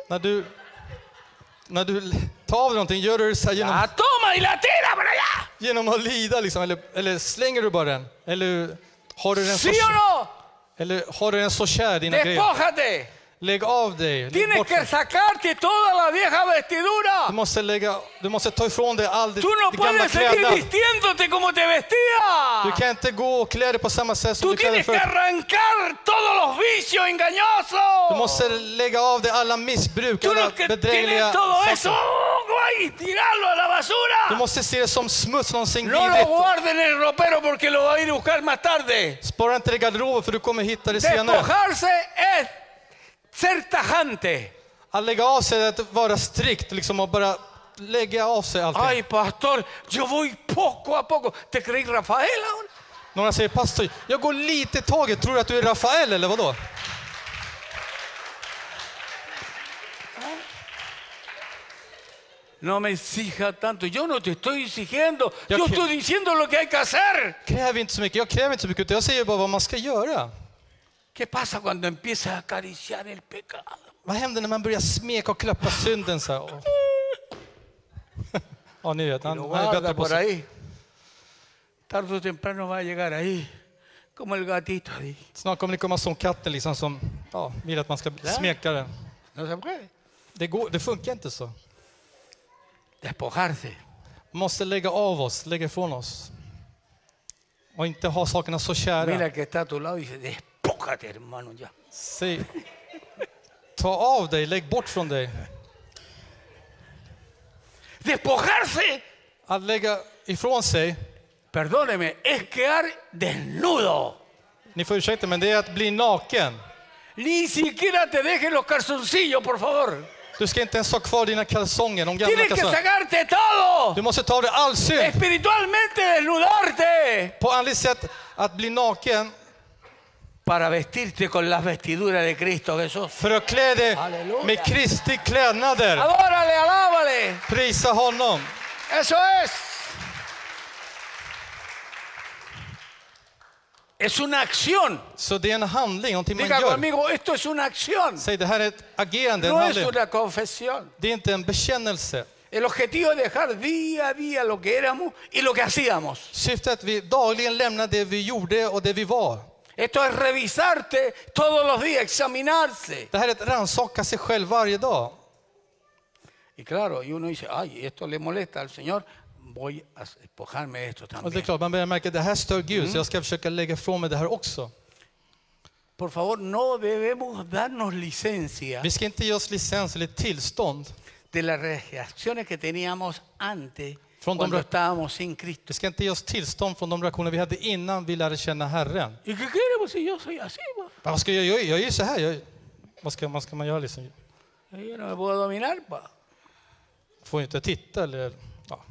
Speaker 2: när du, när du l- tar av dig någonting, gör du det så här genom,
Speaker 1: ¡La ¡Ah, toma y la tira para allá!
Speaker 2: genom att lida liksom, eller, eller slänger du bara den? Eller har du den så,
Speaker 1: ¿Sí o no?
Speaker 2: eller har du den så kär, dina grejer?
Speaker 1: Despójate.
Speaker 2: Lägg av dig, lägg
Speaker 1: Tienes
Speaker 2: bort
Speaker 1: que
Speaker 2: den.
Speaker 1: sacarte toda la vieja vestidura.
Speaker 2: Du måste, lägga, du måste ta ifrån dig all ditt,
Speaker 1: Tú no
Speaker 2: ditt gamla
Speaker 1: puedes seguir
Speaker 2: kläder.
Speaker 1: vistiéndote como te
Speaker 2: Du
Speaker 1: vestías.
Speaker 2: kan inte gå och klä dig på samma sätt som
Speaker 1: Tú
Speaker 2: du klädde dig
Speaker 1: tienes que
Speaker 2: förr.
Speaker 1: arrancar todos los vicios
Speaker 2: Du
Speaker 1: engañosos.
Speaker 2: måste lägga av dig alla missbruk,
Speaker 1: Tú
Speaker 2: alla
Speaker 1: no que tienes
Speaker 2: bedrägliga
Speaker 1: todo eso
Speaker 2: saker.
Speaker 1: y tirarlo a la
Speaker 2: Du
Speaker 1: basura.
Speaker 2: måste se det som smuts, någonting
Speaker 1: No lo
Speaker 2: vidrigt.
Speaker 1: guarden en el ropero porque lo va a ir a buscar más tarde.
Speaker 2: Spara inte det i garderoben för du kommer hitta det senare.
Speaker 1: Despojarse es ser tajante.
Speaker 2: Att lägga av sig är att vara strikt, liksom att bara lägga av sig allting.
Speaker 1: Ay, pastor, yo voy poco a poco. ¿Te creí Rafael ahora?
Speaker 2: Några säger pastor, jag går lite i taget. Tror du att du är Rafael eller vadå?
Speaker 1: No me exija tanto. Yo no te estoy exigiendo.
Speaker 2: Ya
Speaker 1: Yo
Speaker 2: que-
Speaker 1: estoy diciendo lo que hay que hacer.
Speaker 2: Kräv inte så mycket. Jag kräver inte så mycket, utan jag säger bara vad man ska göra.
Speaker 1: ¿Qué pasa cuando empiezas a acariciar el pecado?
Speaker 2: Vad händer när man börjar smeka och klappa synden så här? Och- *laughs* Ja, ni vet,
Speaker 1: Lo
Speaker 2: han, han är
Speaker 1: guarda
Speaker 2: bättre på
Speaker 1: por
Speaker 2: sig.
Speaker 1: ahí. Tarde o temprano va a llegar ahí. Como el gatito ahí.
Speaker 2: Snart kommer det komma som katten liksom som ja, vill att man ska smeka den.
Speaker 1: No se puede.
Speaker 2: Det, går, det funkar inte så.
Speaker 1: Despojarse.
Speaker 2: Vi måste lägga av oss, lägga ifrån oss. Och inte ha sakerna så
Speaker 1: Mira
Speaker 2: kära.
Speaker 1: el que está a tu lado y dice, despójate, hermano, ya.
Speaker 2: Säg, ta av dig, lägg bort från dig.
Speaker 1: ¡Despojarse!
Speaker 2: Att lägga ifrån sig,
Speaker 1: Perdóneme, es quedar desnudo.
Speaker 2: ni får ursäkta men det är att bli naken.
Speaker 1: Ni siquiera te dejes los calzoncillos, por favor.
Speaker 2: Du ska inte ens ha kvar dina kalsonger, de gamla
Speaker 1: Tienes que
Speaker 2: kalsongerna.
Speaker 1: sacarte todo.
Speaker 2: Du måste ta av dig all synd.
Speaker 1: Espiritualmente desnudarte.
Speaker 2: På andligt sätt, att bli naken
Speaker 1: Para vestirte con las vestiduras de Cristo Jesús.
Speaker 2: för att klä dig
Speaker 1: Halleluja.
Speaker 2: med Kristi klädnader.
Speaker 1: Adórale, alábale.
Speaker 2: Prisa honom.
Speaker 1: Eso es. Es una acción.
Speaker 2: Så det är en handling, någonting man
Speaker 1: Diga
Speaker 2: gör.
Speaker 1: conmigo, esto es una acción.
Speaker 2: Säg det här är ett agerande, en
Speaker 1: No es
Speaker 2: handling.
Speaker 1: una confesión.
Speaker 2: Det är inte en bekännelse.
Speaker 1: El objetivo es dejar día a día lo que éramos y lo que hacíamos.
Speaker 2: Syftet är att vi dagligen lämnar det vi gjorde och det vi var.
Speaker 1: Esto es revisarte todos los días, examinarse.
Speaker 2: Det här är att rannsaka sig själv varje dag.
Speaker 1: Y claro, y uno dice, ay, esto le molesta al Señor, voy a despojarme de esto
Speaker 2: Och det är
Speaker 1: también.
Speaker 2: klart, man börjar märka att det här stör Gud, så jag ska försöka lägga ifrån mig det här också.
Speaker 1: Por favor, no debemos darnos licencia
Speaker 2: Vi ska inte ge oss licens eller tillstånd.
Speaker 1: de las reacciones que teníamos antes
Speaker 2: Från de
Speaker 1: cuando
Speaker 2: re-
Speaker 1: estábamos sin Cristo.
Speaker 2: Vi ska inte ge oss tillstånd från de reaktioner vi hade innan vi lärde känna Herren.
Speaker 1: ¿Y qué queremos si yo soy así? po?
Speaker 2: Men Vad ska jag göra? Jag är ju så här. Jag, vad, ska, vad ska man göra liksom?
Speaker 1: Yo no me puedo dominar. po.
Speaker 2: Får ju inte titta eller... Ja.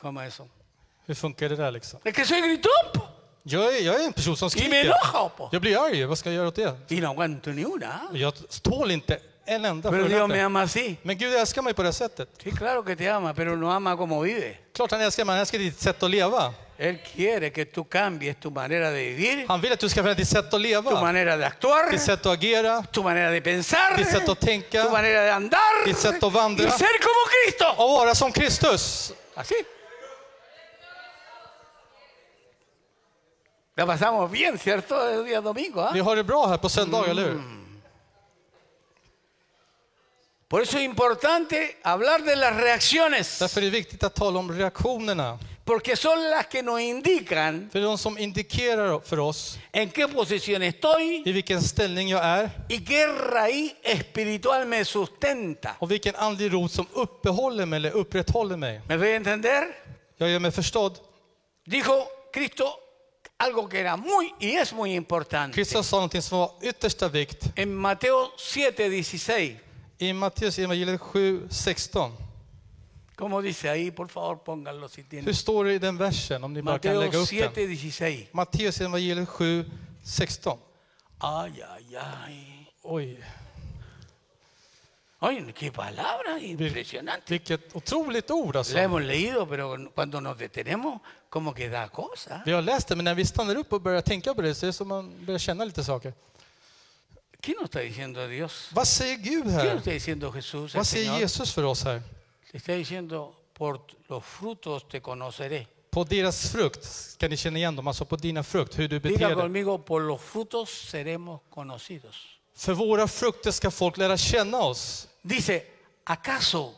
Speaker 1: ¿Cómo es eso?
Speaker 2: Hur funkar det där liksom?
Speaker 1: Es que soy gritón. po.
Speaker 2: Jag är, jag är en person som
Speaker 1: Y me
Speaker 2: skriker.
Speaker 1: enojo. po.
Speaker 2: Jag blir arg. Vad ska jag göra åt det?
Speaker 1: Y no aguanto ni una. ¿ah?
Speaker 2: Jag tål inte en enda
Speaker 1: Pero Dios
Speaker 2: förolämpning.
Speaker 1: me ama así.
Speaker 2: Men Gud älskar mig på det här sättet.
Speaker 1: Sí, claro que te ama, pero no ama como vive.
Speaker 2: Klart han älskar mig, han älskar ditt sätt att leva.
Speaker 1: Él quiere que tú cambies tu manera de vivir,
Speaker 2: Han vill att du ska förändra ditt sätt att
Speaker 1: tu
Speaker 2: leva,
Speaker 1: manera de actuar,
Speaker 2: ditt sätt att agera,
Speaker 1: tu manera de pensar,
Speaker 2: ditt sätt att
Speaker 1: tu
Speaker 2: tänka
Speaker 1: manera de andar y
Speaker 2: ditt
Speaker 1: ser
Speaker 2: sätt att
Speaker 1: como
Speaker 2: vandra.
Speaker 1: Cristo.
Speaker 2: och vara som Kristus.
Speaker 1: Así. La pasamos bien, ¿cierto? El día domingo. ¿ah?
Speaker 2: Vi har det bra här på söndagar, eller hur?
Speaker 1: Por eso es importante hablar de las reacciones,
Speaker 2: Därför är det viktigt att tala om reaktionerna.
Speaker 1: porque son las que nos indican
Speaker 2: För det är de som indikerar för oss
Speaker 1: en qué posición estoy
Speaker 2: i vilken ställning jag är
Speaker 1: y qué raíz espiritual me sustenta.
Speaker 2: och vilken andlig rot som uppehåller mig eller upprätthåller mig.
Speaker 1: ¿Me voy a entender?
Speaker 2: Jag gör mig förstådd.
Speaker 1: Dijo Cristo algo que era muy y es muy importante.
Speaker 2: Kristus sa någonting som var yttersta vikt
Speaker 1: En Mateo 7, 16,
Speaker 2: i Matteus evangeliet 7, 16.
Speaker 1: Como dice ahí, por favor pónganlo si tienen.
Speaker 2: Hur står det i den versen om ni bara kan lägga
Speaker 1: Mateo
Speaker 2: upp den?
Speaker 1: 7, 16.
Speaker 2: Matteus evangeliet 7, 16.
Speaker 1: Ay, ay, ay.
Speaker 2: Oj,
Speaker 1: Ay, qué palabra impresionante.
Speaker 2: vilket otroligt ord
Speaker 1: La
Speaker 2: alltså.
Speaker 1: hemos leído, pero cuando nos detenemos, como que da cosa.
Speaker 2: Vi har läst det, men när vi stannar upp och börjar tänka på det så är det som man börjar känna lite saker.
Speaker 1: ¿Qué nos está diciendo Dios?
Speaker 2: Vad säger Gud
Speaker 1: ¿Qué nos
Speaker 2: här?
Speaker 1: está diciendo Jesús? el
Speaker 2: Vad säger
Speaker 1: Señor?
Speaker 2: Jesus för oss här?
Speaker 1: Te está diciendo, por los frutos te conoceré.
Speaker 2: På deras frukt ska ni känna igen dem, alltså på dina frukt, hur du beter
Speaker 1: Diga
Speaker 2: dig.
Speaker 1: conmigo, por los frutos seremos conocidos.
Speaker 2: För våra frukter ska folk lära känna oss.
Speaker 1: Dice, ¿acaso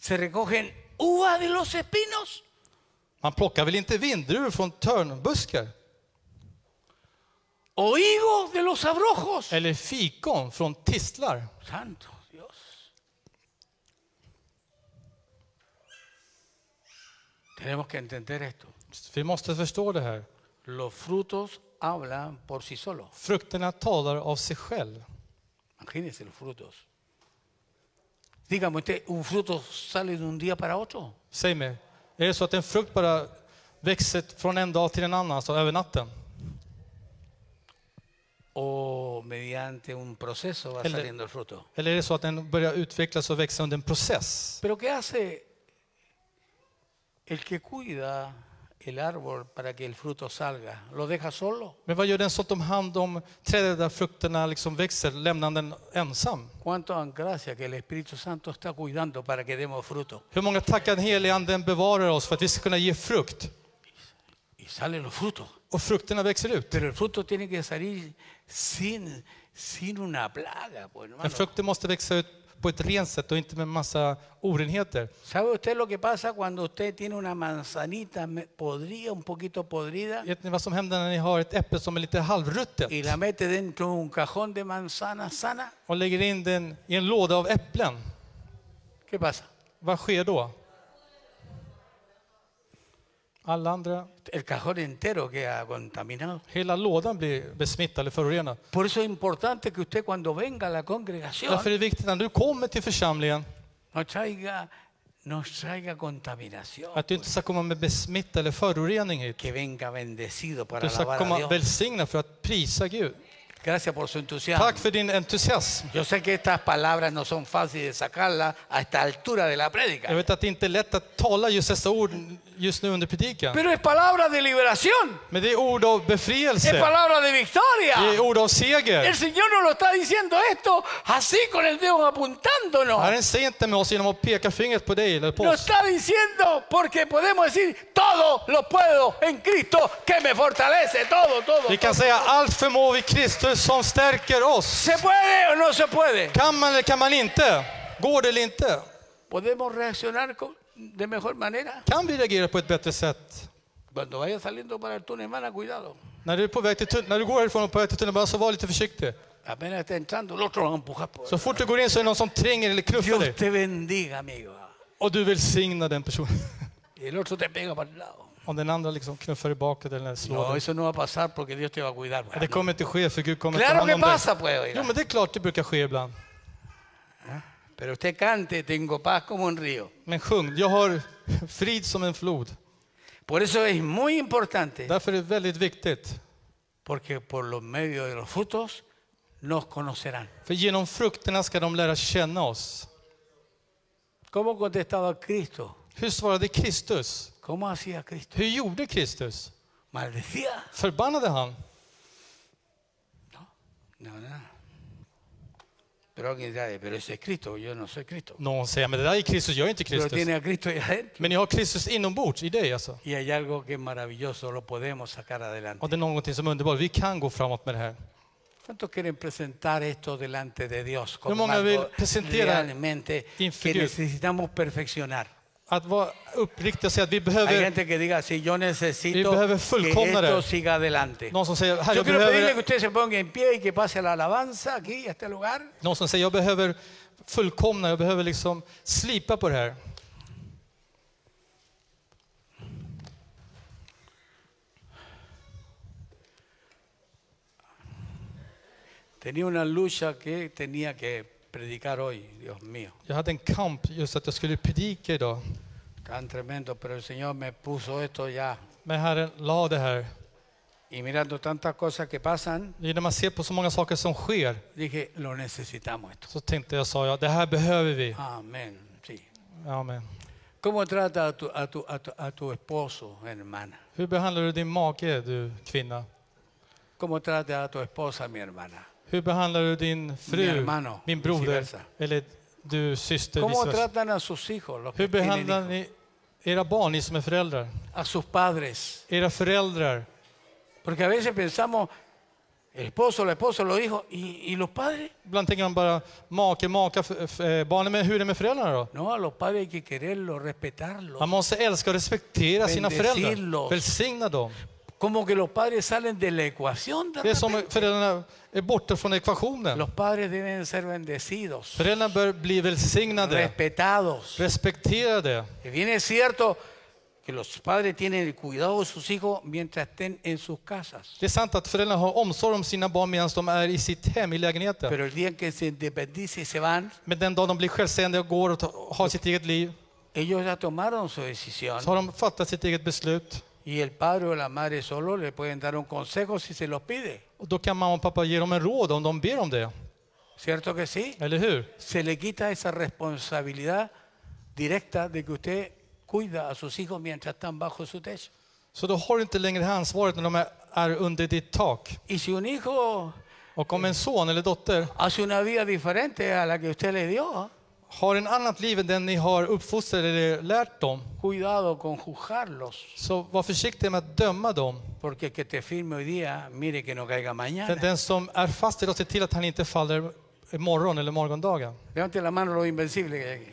Speaker 1: se recogen uva de los espinos?
Speaker 2: Man plockar väl inte vindruvor från törnbuskar?
Speaker 1: ¿O higos de los abrojos?
Speaker 2: Eller fikon från tistlar?
Speaker 1: Santo Dios. Tenemos que entender esto.
Speaker 2: Vi måste förstå det här.
Speaker 1: Los frutos hablan por sí solos.
Speaker 2: Frukterna talar av sig själv.
Speaker 1: Imagínense los frutos. Dígame usted, ¿un fruto sale de un día para otro?
Speaker 2: Säg mig, är det så att en frukt bara växer från en dag till en annan, alltså över natten?
Speaker 1: ¿O mediante un proceso va
Speaker 2: El de-
Speaker 1: saliendo el fruto?
Speaker 2: Eller är det så att den börjar utvecklas och växa under en process?
Speaker 1: Pero ¿qué hace el que cuida el árbol para que el fruto salga? ¿Lo deja solo?
Speaker 2: Men vad gör den som tar hand om trädet där frukterna liksom växer, lämnar den ensam?
Speaker 1: Cuánto dan gracia que el Espíritu Santo está cuidando para que demos fruto.
Speaker 2: Hur många tackar den helige Anden bevarar oss för att vi ska kunna ge frukt?
Speaker 1: Y salen los frutos.
Speaker 2: Och frukterna växer ut.
Speaker 1: Pero el fruto tiene que salir sin, sin una plaga, pues, hermano.
Speaker 2: Men frukten måste växa ut på ett rent sätt och inte med massa orenheter.
Speaker 1: ¿Sabe usted lo que pasa cuando usted tiene una manzanita me- podrida, un poquito podrida,
Speaker 2: Vet ni vad som händer när ni har ett äpple som är lite halvruttet
Speaker 1: y la mete dentro de un cajón de manzana sana?
Speaker 2: och lägger in den i en låda av äpplen?
Speaker 1: ¿Qué pasa?
Speaker 2: Vad sker då? Alla andra,
Speaker 1: El cajón entero queda contaminado.
Speaker 2: hela lådan blir besmittad eller förorenad.
Speaker 1: Por eso es importante que usted cuando venga a la congregación
Speaker 2: Därför är det viktigt när du kommer till församlingen
Speaker 1: nos traiga, nos traiga contaminación.
Speaker 2: att du inte ska komma med besmitt eller förorening hit.
Speaker 1: Que venga bendecido para
Speaker 2: Du ska
Speaker 1: alabar a
Speaker 2: komma
Speaker 1: Dios.
Speaker 2: välsignad för att prisa Gud.
Speaker 1: Gracias por su entusiasmo.
Speaker 2: Tack för din entusiasm.
Speaker 1: Yo sé que estas palabras no son fáciles de sacarlas a esta altura de la
Speaker 2: Jag
Speaker 1: prédica,
Speaker 2: vet att det inte är lätt att tala just dessa ord just nu under predikan.
Speaker 1: pero es palabra de liberación,
Speaker 2: Men det är ord av
Speaker 1: es
Speaker 2: befrielse.
Speaker 1: palabra de
Speaker 2: Det är
Speaker 1: victoria.
Speaker 2: ord av
Speaker 1: El
Speaker 2: seger.
Speaker 1: Señor nos lo está diciendo esto así con el dedo apuntándonos.
Speaker 2: Herren säger inte med oss genom att peka fingret på dig eller på
Speaker 1: Lo
Speaker 2: oss.
Speaker 1: está diciendo porque podemos decir, todo lo puedo en Cristo que me fortalece, todo, todo. todo.
Speaker 2: Vi kan säga allt förmår vi Kristus som stärker oss.
Speaker 1: ¿Se puede o no se puede?
Speaker 2: Kan man eller kan man inte? Går det eller inte?
Speaker 1: ¿Podemos reaccionar con- de mejor manera?
Speaker 2: Kan vi reagera på ett bättre sätt?
Speaker 1: Cuando vaya saliendo para el túnel, hermana, cuidado.
Speaker 2: När du, är på väg till tun- när du går härifrån och på väg till tunnelbanan så var lite försiktig.
Speaker 1: Apenas está entrando, el otro lo va a empujar por
Speaker 2: Så fort du går in så är det någon som tränger eller knuffar dig.
Speaker 1: Dios te bendiga, amigo.
Speaker 2: Och du välsignar den personen. *laughs*
Speaker 1: Y el otro te pega para el lado.
Speaker 2: Om den andra liksom knuffar dig bakåt eller slår
Speaker 1: No,
Speaker 2: dig.
Speaker 1: eso no va a pasar porque Dios te va a cuidar.
Speaker 2: Det kommer inte ske för Gud kommer ta
Speaker 1: Claro
Speaker 2: hand
Speaker 1: que
Speaker 2: om dig.
Speaker 1: pasa, pues.
Speaker 2: Jo
Speaker 1: oiga.
Speaker 2: men det är klart det brukar ske ibland.
Speaker 1: Pero usted cante, tengo paz como un río.
Speaker 2: Men sjung, jag har frid som en flod.
Speaker 1: Por eso es muy importante,
Speaker 2: Därför är det väldigt viktigt.
Speaker 1: porque por los medios de los frutos nos conocerán.
Speaker 2: För genom frukterna ska de lära känna oss.
Speaker 1: ¿Cómo contestaba Cristo?
Speaker 2: Hur svarade Kristus?
Speaker 1: ¿Cómo hacía Cristo?
Speaker 2: Hur gjorde Kristus?
Speaker 1: ¿Maldecía?
Speaker 2: Förbannade han?
Speaker 1: No, no. Pero alguien sabe, pero ese es Cristo, yo no soy Cristo.
Speaker 2: Någon säger, men det där är Kristus, jag är inte
Speaker 1: Pero
Speaker 2: Kristus.
Speaker 1: tiene a Cristo ahí adentro.
Speaker 2: Men ni har Kristus inombords i dig alltså.
Speaker 1: Y hay algo que es maravilloso, lo podemos sacar adelante.
Speaker 2: Och det är någonting som är underbart. Vi kan gå framåt med det här.
Speaker 1: ¿Cuántos quieren presentar esto delante de Dios como
Speaker 2: många vill
Speaker 1: algo
Speaker 2: presentera
Speaker 1: realmente
Speaker 2: inför
Speaker 1: que
Speaker 2: Gud?
Speaker 1: necesitamos perfeccionar?
Speaker 2: Att vara uppriktig och säga att vi
Speaker 1: Hay
Speaker 2: behöver
Speaker 1: gente que diga, si yo necesito
Speaker 2: behöver
Speaker 1: que
Speaker 2: fullkomna
Speaker 1: esto
Speaker 2: det.
Speaker 1: siga adelante.
Speaker 2: någon som säger, här,
Speaker 1: Yo
Speaker 2: jag
Speaker 1: quiero pedirle que
Speaker 2: behöver,
Speaker 1: usted se ponga en pie y que pase la alabanza aquí, a este lugar.
Speaker 2: någon som säger, jag behöver fullkomna, jag behöver liksom slipa på det här.
Speaker 1: Tenía una lucha que tenía que predicar hoy, Dios mío.
Speaker 2: Jag hade en kamp just att jag skulle predika idag.
Speaker 1: Tan tremendo, pero el Señor me puso esto ya.
Speaker 2: Men Herren la det här.
Speaker 1: Y mirando tantas cosas que pasan,
Speaker 2: När man ser på så många saker som sker
Speaker 1: dije, lo necesitamos esto.
Speaker 2: så tänkte jag, sa jag, det här behöver vi.
Speaker 1: Amén. Sí.
Speaker 2: Amen.
Speaker 1: ¿Cómo trata a tu, a tu- a tu- a tu esposo, hermana?
Speaker 2: Hur behandlar du din make, du kvinna?
Speaker 1: ¿Cómo trata a tu esposa, mi hermana?
Speaker 2: Hur behandlar du din
Speaker 1: Min
Speaker 2: fru,
Speaker 1: hermano,
Speaker 2: min broder
Speaker 1: vice versa.
Speaker 2: eller du syster?
Speaker 1: ¿Cómo
Speaker 2: vice versa?
Speaker 1: tratan a sus hijos, los
Speaker 2: Hur
Speaker 1: que tienen
Speaker 2: behandlar
Speaker 1: hijos?
Speaker 2: ni era barn, ni som är föräldrar?
Speaker 1: a sus padres?
Speaker 2: Era föräldrar.
Speaker 1: Porque a veces pensamos, el esposo, la esposa, los hijos, ¿y, y los padres?
Speaker 2: Ibland tänker man bara make, maka, f- f- eh, barnen. Men hur är det med föräldrarna då?
Speaker 1: No, a los padres hay que quererlos,
Speaker 2: Man
Speaker 1: respetarlos.
Speaker 2: måste älska och respektera sina
Speaker 1: Bendecirlos.
Speaker 2: föräldrar. Välsigna dem.
Speaker 1: Como que los padres salen de la ecuación de
Speaker 2: Det är
Speaker 1: repente.
Speaker 2: som föräldrarna är borta från ekvationen.
Speaker 1: Los padres deben ser bendecidos,
Speaker 2: Föräldrarna bör bli välsignade,
Speaker 1: respetados.
Speaker 2: respekterade.
Speaker 1: Y bien es cierto que los padres tienen el cuidado de sus hijos mientras estén en sus casas.
Speaker 2: Det är sant att föräldrarna har omsorg om sina barn medan de är i sitt hem, i lägenheten.
Speaker 1: Pero el día en que se independicen y se van,
Speaker 2: Men den dag de blir självständiga och går och ta- har sitt eget liv
Speaker 1: ellos ya tomaron su decisión.
Speaker 2: så har de fattat sitt eget beslut.
Speaker 1: Y el padre o la madre solo le pueden dar un consejo si se los pide.
Speaker 2: Och då kan mamma och pappa ge dem en råd om de ber om det.
Speaker 1: ¿Cierto que sí?
Speaker 2: Eller hur?
Speaker 1: Se le quita esa responsabilidad directa de que usted cuida a sus hijos mientras están bajo su techo.
Speaker 2: Så då har du inte längre det här ansvaret när de är, är under ditt tak.
Speaker 1: Y si un hijo
Speaker 2: Och om en son eller dotter
Speaker 1: hace una vida diferente a la que usted le dio,
Speaker 2: har en annat liv än den ni har uppfostrat eller lärt dem,
Speaker 1: cuidado con juzgarlos.
Speaker 2: så var försiktig med att döma dem.
Speaker 1: Porque el que te firme hoy día, mire que no caiga
Speaker 2: Den,
Speaker 1: mañana.
Speaker 2: den som är fast idag, se till att han inte faller imorgon eller morgondagen.
Speaker 1: Levante la mano los invencibles que hay aquí.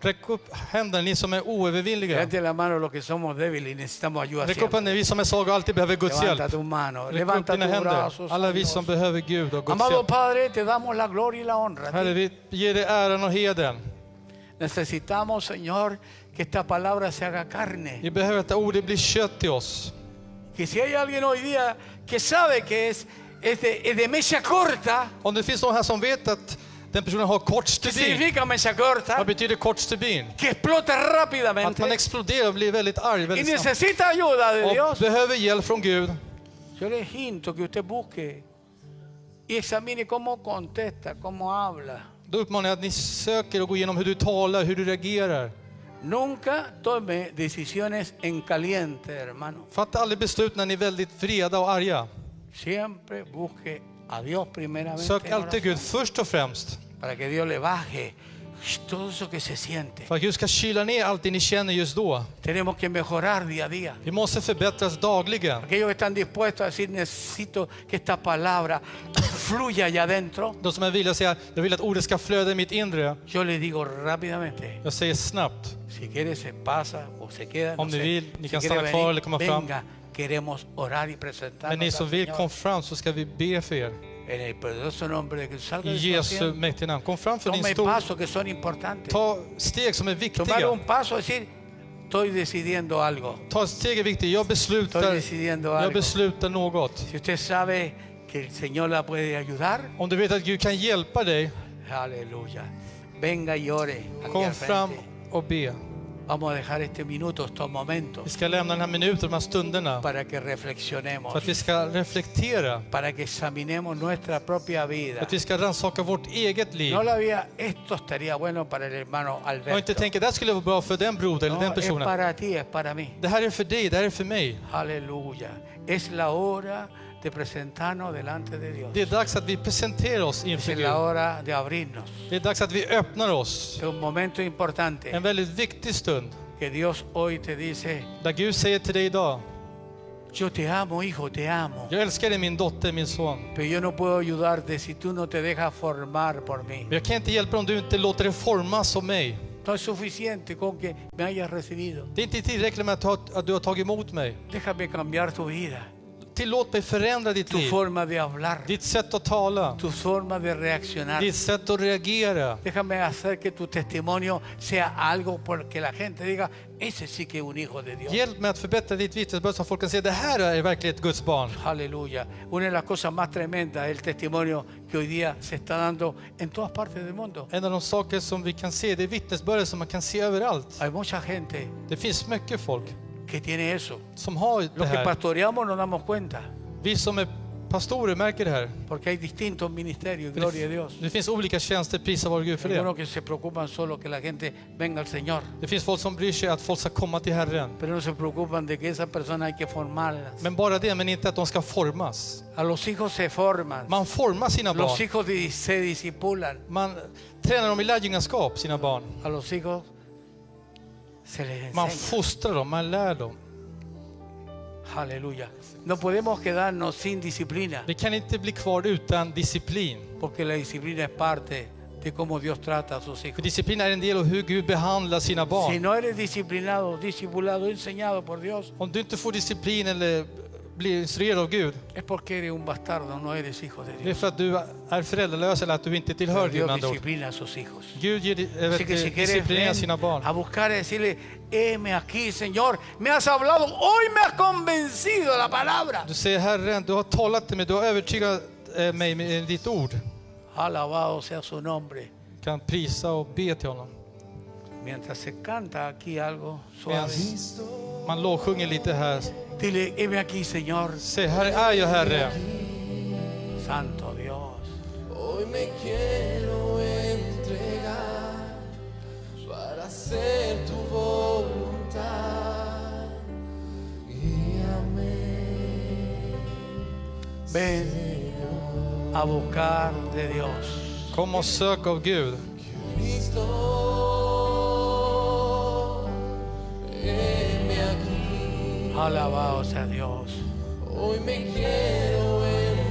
Speaker 2: Räck upp händerna, ni som är oövervinnliga.
Speaker 1: Levante la mano los que somos débiles y necesitamos ayuda
Speaker 2: Räck upp
Speaker 1: siempre.
Speaker 2: händerna, vi som är svaga och alltid behöver Guds
Speaker 1: Levanta
Speaker 2: hjälp.
Speaker 1: tus manos,
Speaker 2: Räck upp
Speaker 1: levanta
Speaker 2: dina
Speaker 1: tus
Speaker 2: händer,
Speaker 1: brazos.
Speaker 2: alla vi
Speaker 1: Señor.
Speaker 2: som behöver Gud och Guds
Speaker 1: Amado
Speaker 2: hjälp.
Speaker 1: Padre, te damos la gloria y la honra. a
Speaker 2: Herre,
Speaker 1: ti.
Speaker 2: vi ger dig äran och hedern.
Speaker 1: Necesitamos, Señor, que esta palabra se haga carne.
Speaker 2: Vi behöver att ordet blir kött till oss.
Speaker 1: Que si hay alguien hoy día que sabe que es, es, de, es de mecha corta,
Speaker 2: Om det finns någon här som vet att den personen har kort
Speaker 1: ¿qué
Speaker 2: stubin,
Speaker 1: significa mecha
Speaker 2: vad
Speaker 1: corta?
Speaker 2: betyder kort stubin?
Speaker 1: Que explota
Speaker 2: Att man
Speaker 1: rápidamente
Speaker 2: exploderar och blir väldigt arg
Speaker 1: y
Speaker 2: väldigt snabbt.
Speaker 1: necesita ayuda de
Speaker 2: Och
Speaker 1: Dios.
Speaker 2: behöver hjälp från Gud.
Speaker 1: Yo le hinto que usted busque y examine cómo contesta, cómo habla.
Speaker 2: Då uppmanar jag att ni söker och går igenom hur du talar, hur du reagerar.
Speaker 1: Nunca tome decisiones en caliente, hermano.
Speaker 2: Fatta aldrig beslut när ni är väldigt vreda och arga.
Speaker 1: Siempre busque a Dios primeramente.
Speaker 2: Sök
Speaker 1: en
Speaker 2: alltid
Speaker 1: oración.
Speaker 2: Gud först och främst.
Speaker 1: para que Dios le baje todo eso que se siente.
Speaker 2: För att Gud ska kyla ner allt det ni känner just då.
Speaker 1: Tenemos que mejorar día a día.
Speaker 2: Vi måste förbättras dagligen.
Speaker 1: Aquellos que están dispuestos a decir, necesito que esta palabra fluya allá adentro,
Speaker 2: De som är villiga att säga, jag vill att ordet ska flöda i mitt inre.
Speaker 1: yo le digo rápidamente,
Speaker 2: Jag säger snabbt.
Speaker 1: si quiere se pasa o se queda, no
Speaker 2: Om ni
Speaker 1: sé.
Speaker 2: vill, ni
Speaker 1: si
Speaker 2: kan
Speaker 1: quiere
Speaker 2: stanna kvar eller komma
Speaker 1: venir,
Speaker 2: fram.
Speaker 1: venga, queremos orar y
Speaker 2: Men ni
Speaker 1: presentarnos
Speaker 2: som
Speaker 1: al
Speaker 2: vill,
Speaker 1: Señor.
Speaker 2: kom fram så ska vi be för er.
Speaker 1: en el poderoso nombre de Jesús. Salga
Speaker 2: I
Speaker 1: de su
Speaker 2: Jesu
Speaker 1: asiento.
Speaker 2: mäktiga namn. Kom fram för din
Speaker 1: Tome
Speaker 2: stol.
Speaker 1: pasos que son importantes.
Speaker 2: Ta steg som
Speaker 1: Tomar
Speaker 2: är viktiga.
Speaker 1: un paso, decir, estoy decidiendo algo.
Speaker 2: Ta steg är viktigt. Jag
Speaker 1: Estoy
Speaker 2: beslutar,
Speaker 1: decidiendo
Speaker 2: jag
Speaker 1: algo.
Speaker 2: beslutar något.
Speaker 1: Si usted sabe que el Señor la puede ayudar,
Speaker 2: Om du vet att Gud kan hjälpa dig,
Speaker 1: aleluya. Venga y ore. aquí
Speaker 2: kom
Speaker 1: al
Speaker 2: fram
Speaker 1: frente.
Speaker 2: och be.
Speaker 1: Vamos a dejar este minuto, estos
Speaker 2: Vi
Speaker 1: momentos,
Speaker 2: ska lämna den här minuten, de här stunderna,
Speaker 1: para que
Speaker 2: för
Speaker 1: reflexionemos,
Speaker 2: att vi ska reflektera.
Speaker 1: para que examinemos nuestra propia vida.
Speaker 2: Att vi ska rannsaka vårt eget liv.
Speaker 1: No la vida, esto estaría bueno para el hermano
Speaker 2: Och inte
Speaker 1: Alberto.
Speaker 2: tänka, det här skulle vara bra för den brodern eller
Speaker 1: No,
Speaker 2: den
Speaker 1: es
Speaker 2: personen.
Speaker 1: para ti, es para mí.
Speaker 2: Det här är för dig, det här är för mig.
Speaker 1: Aleluya. Es la hora de presentarnos delante de Dios.
Speaker 2: Det är dags att vi presenterar oss inför
Speaker 1: Es la
Speaker 2: Gud.
Speaker 1: hora de abrirnos.
Speaker 2: Det är dags att vi öppnar oss.
Speaker 1: Es un momento importante
Speaker 2: En väldigt viktig stund,
Speaker 1: que Dios hoy te dice,
Speaker 2: där Gud säger till dig idag,
Speaker 1: Yo te amo, hijo, te amo.
Speaker 2: jag älskar dig min dotter, min son.
Speaker 1: Pero yo no puedo ayudarte si tú no te dejas formar por mí.
Speaker 2: Men jag kan inte hjälpa dig om du inte låter dig formas som mig.
Speaker 1: No es suficiente con que me hayas recibido.
Speaker 2: Det är inte tillräckligt med att, ta, att du har tagit emot mig.
Speaker 1: Déjame cambiar tu vida.
Speaker 2: Tillåt mig förändra ditt
Speaker 1: tu
Speaker 2: liv,
Speaker 1: forma de hablar,
Speaker 2: ditt sätt att tala,
Speaker 1: tu forma de reaccionar.
Speaker 2: ditt sätt att reagera.
Speaker 1: Déjame hacer que tu testimonio sea algo porque la gente diga, ese sí que es un hijo de Dios.
Speaker 2: Hjälp mig att förbättra ditt vittnesbörd så folk kan se det här är verkligen ett Guds barn.
Speaker 1: Aleluya. Una de las cosas más tremendas es el testimonio que hoy día se está dando en todas partes del mundo.
Speaker 2: En av de saker som vi kan se, det är vittnesbördet som man kan se överallt.
Speaker 1: Hay mucha gente
Speaker 2: Det finns mycket folk
Speaker 1: que tiene eso.
Speaker 2: som har det
Speaker 1: Los que
Speaker 2: här.
Speaker 1: pastoreamos nos damos cuenta,
Speaker 2: Vi som är pastorer märker det här.
Speaker 1: porque hay distintos ministerios, gloria a
Speaker 2: Det,
Speaker 1: Dios.
Speaker 2: det finns olika tjänster, prisa vår Gud för det.
Speaker 1: Algunos que se preocupan solo que la gente venga al Señor,
Speaker 2: Det finns folk som bryr sig att folk ska komma till Herren.
Speaker 1: pero no se preocupan de que esas personas hay que formarlas.
Speaker 2: Men bara det, men inte att de ska formas.
Speaker 1: A los hijos se forman,
Speaker 2: Man formar sina
Speaker 1: los
Speaker 2: barn.
Speaker 1: hijos di- se disipulan,
Speaker 2: Man tränar dem i lärjungaskap, sina barn.
Speaker 1: a los hijos se les
Speaker 2: Man
Speaker 1: enseña.
Speaker 2: fostrar dem, man lär dem.
Speaker 1: Aleluya. No podemos quedarnos sin disciplina.
Speaker 2: Vi kan inte bli kvar utan disciplin.
Speaker 1: Porque la disciplina es parte de cómo Dios trata a sus
Speaker 2: För
Speaker 1: hijos.
Speaker 2: disciplin är en del av hur Gud behandlar sina
Speaker 1: Si
Speaker 2: barn.
Speaker 1: no eres disciplinado, discipulado, enseñado por Dios,
Speaker 2: Om du inte får disciplin eller blir instruerad av Gud,
Speaker 1: es porque eres un bastardo, no eres hijo de
Speaker 2: det är
Speaker 1: Dios.
Speaker 2: för att du är föräldralös eller att du inte tillhör Gud med
Speaker 1: Dios
Speaker 2: andra ord.
Speaker 1: disciplina a sus hijos.
Speaker 2: Gud ger, äh,
Speaker 1: Así que si quieres
Speaker 2: disciplinerar
Speaker 1: ven
Speaker 2: sina barn.
Speaker 1: a buscar y decirle, heme aquí, Señor, me has hablado, hoy me has convencido de la palabra.
Speaker 2: Du säger Herren, du har talat till mig, du har övertygat eh, mig med ditt ord.
Speaker 1: Alabado sea su nombre.
Speaker 2: Kan prisa och be till honom.
Speaker 1: Mientras se canta aquí algo
Speaker 2: Medan
Speaker 1: suave,
Speaker 2: man lovsjunger lite här.
Speaker 1: dile, heme aquí, Señor,
Speaker 2: Säg, här är jag Herre.
Speaker 1: Santo Dios.
Speaker 3: Hoy me quiero entregar para hacer tu voluntad.
Speaker 1: Ven a buscar de Dios.
Speaker 2: Kom och sök av Gud.
Speaker 3: Cristo, heme aquí.
Speaker 1: Alabado sea Dios.
Speaker 3: Hoy me quiero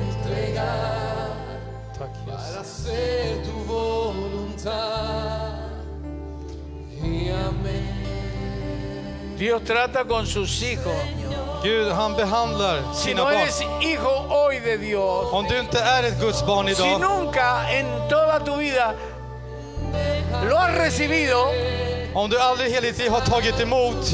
Speaker 3: entregar
Speaker 2: Tack Jesus.
Speaker 3: para hacer tu voluntad. Guíame.
Speaker 1: Dios trata con sus hijos.
Speaker 2: Gud han behandlar
Speaker 1: Si
Speaker 2: sina
Speaker 1: no
Speaker 2: barn.
Speaker 1: eres hijo hoy de Dios,
Speaker 2: Om du inte är ett Guds barn
Speaker 1: si
Speaker 2: idag,
Speaker 1: nunca en toda tu vida lo has recibido,
Speaker 2: om du aldrig hela ditt liv har tagit emot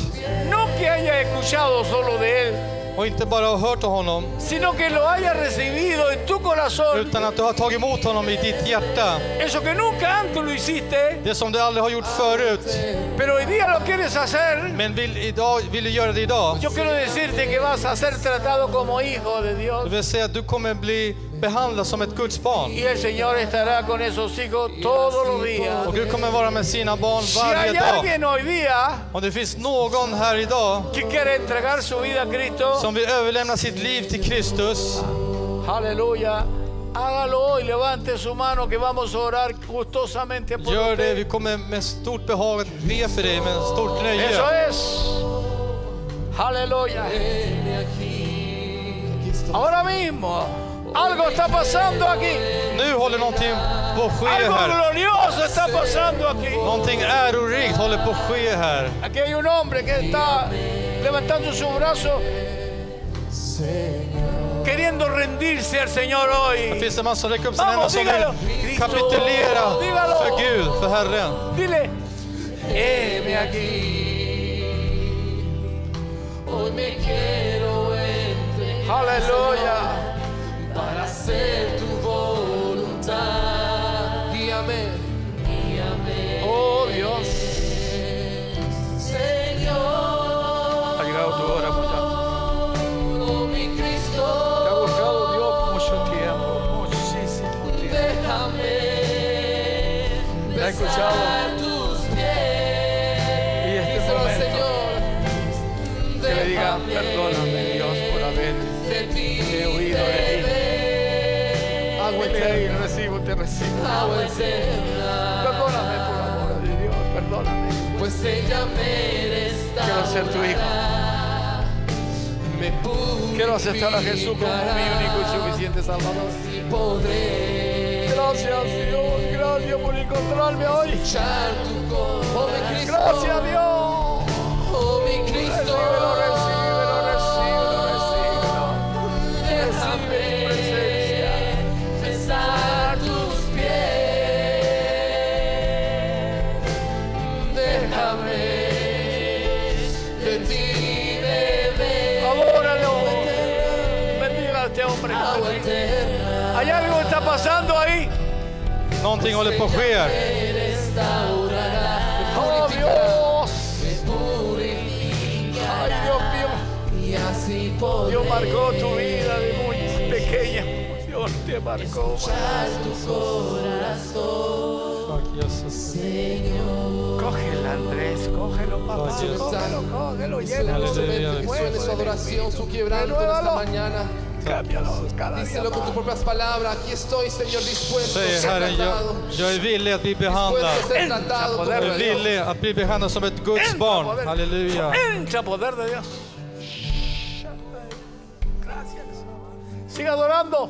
Speaker 1: no que haya escuchado solo de Él,
Speaker 2: och inte bara har hört av honom,
Speaker 1: sino que lo haya recibido en tu corazón,
Speaker 2: utan att du har tagit emot honom i ditt hjärta.
Speaker 1: eso que nunca antes lo hiciste,
Speaker 2: Det som du aldrig har gjort förut,
Speaker 1: pero hoy día lo quieres hacer,
Speaker 2: men vill, idag, vill du göra det idag.
Speaker 1: yo quiero decirte que vas a ser tratado como hijo de
Speaker 2: Det
Speaker 1: Dios.
Speaker 2: vill säga att du kommer bli behandlad som ett Guds barn.
Speaker 1: Y el Señor estará con esos hijos todos los días.
Speaker 2: Och Gud kommer vara med sina barn
Speaker 1: Si hay
Speaker 2: varje dag.
Speaker 1: alguien hoy día
Speaker 2: Om det finns någon här idag
Speaker 1: que quiere entregar su vida a Cristo,
Speaker 2: som vill överlämna sitt liv till Kristus,
Speaker 1: aleluya, hágalo hoy, levante su mano que vamos a orar gustosamente por
Speaker 2: gör det. Vi
Speaker 1: usted.
Speaker 2: kommer med stort behag att be för dig, med stort
Speaker 1: Eso
Speaker 2: nöje.
Speaker 1: es. Aleluya. Ahora mismo, algo está pasando aquí.
Speaker 2: Nu håller någonting på att ske
Speaker 1: Algo
Speaker 2: här.
Speaker 1: glorioso está pasando aquí.
Speaker 2: Någonting ärorikt håller på att ske här.
Speaker 1: Aquí hay un hombre que está levantando su brazo, queriendo rendirse al Señor
Speaker 2: Det
Speaker 1: hoy.
Speaker 2: finns en massa som räcker upp sina händer som vill kapitulera för Gud, för Herren.
Speaker 1: Dile, heme aquí.
Speaker 3: Hoy me quiero entregar
Speaker 1: Aleluya.
Speaker 3: para hacer tu voluntad. Guíame, guíame,
Speaker 1: Oh Dios.
Speaker 3: Señor.
Speaker 1: Ha llegado tu hora, muchachos.
Speaker 3: Oh, mi
Speaker 1: Te
Speaker 3: Cristo,
Speaker 1: ha buscado Dios mucho tiempo, muchísimo tiempo.
Speaker 3: déjame
Speaker 1: Te ha
Speaker 3: besar
Speaker 1: escuchado.
Speaker 3: tus pies.
Speaker 1: Y este
Speaker 3: Díselo,
Speaker 1: momento
Speaker 3: Señor,
Speaker 1: que le diga,
Speaker 3: déjame
Speaker 1: perdóname Dios por haber
Speaker 3: de ti
Speaker 1: huido
Speaker 3: beber.
Speaker 1: agua y recibo, te recibo.
Speaker 3: Agua eterna,
Speaker 1: Perdóname por amor de Dios, perdóname.
Speaker 3: pues ella merece
Speaker 1: Quiero ser tu hijo.
Speaker 3: Me purificará
Speaker 1: Quiero aceptar a Jesús como mi único y suficiente Salvador.
Speaker 3: y podré
Speaker 1: Gracias Dios, gracias por encontrarme hoy.
Speaker 3: escuchar tu
Speaker 1: Oh,
Speaker 3: voz.
Speaker 1: mi Cristo.
Speaker 3: Cristo,
Speaker 1: Gracias Dios.
Speaker 3: oh mi Cristo,
Speaker 1: Recíbelo, recíbelo, recíbelo, recíbelo. Pues este
Speaker 3: agua eterna.
Speaker 1: Hay algo que está pasando ahí.
Speaker 2: Någonting håller på att ske.
Speaker 3: Me restaurará,
Speaker 1: Oh Dios.
Speaker 3: me purificará.
Speaker 1: Ay Dios mío.
Speaker 3: Y así podré
Speaker 1: Dios marcó tu vida de muy pequeña. Dios te marcó.
Speaker 3: escuchar tu corazón,
Speaker 2: Tack Jesus.
Speaker 3: Señor.
Speaker 1: Cógelo, Andrés. Cógelo, papá.
Speaker 2: Gracias.
Speaker 1: Cógelo, cógelo.
Speaker 3: Que suene
Speaker 1: Llénalo.
Speaker 3: su mente, que suene su adoración, su quebranto en esta mañana.
Speaker 1: Cámbialo cada día
Speaker 3: Díselo con tus
Speaker 1: más.
Speaker 3: propias palabras. Aquí estoy, Señor, dispuesto a
Speaker 2: Säger
Speaker 3: ser
Speaker 2: Herren, jag,
Speaker 3: tratado.
Speaker 2: jag är villig att bli
Speaker 3: Dispuesto
Speaker 2: behandlad.
Speaker 3: a ser tratado como
Speaker 2: Jag är
Speaker 1: poder.
Speaker 3: rey.
Speaker 2: villig att bli behandlad som ett Guds barn. Halleluja.
Speaker 1: Entra poder de Dios. Gracias. Siga adorando.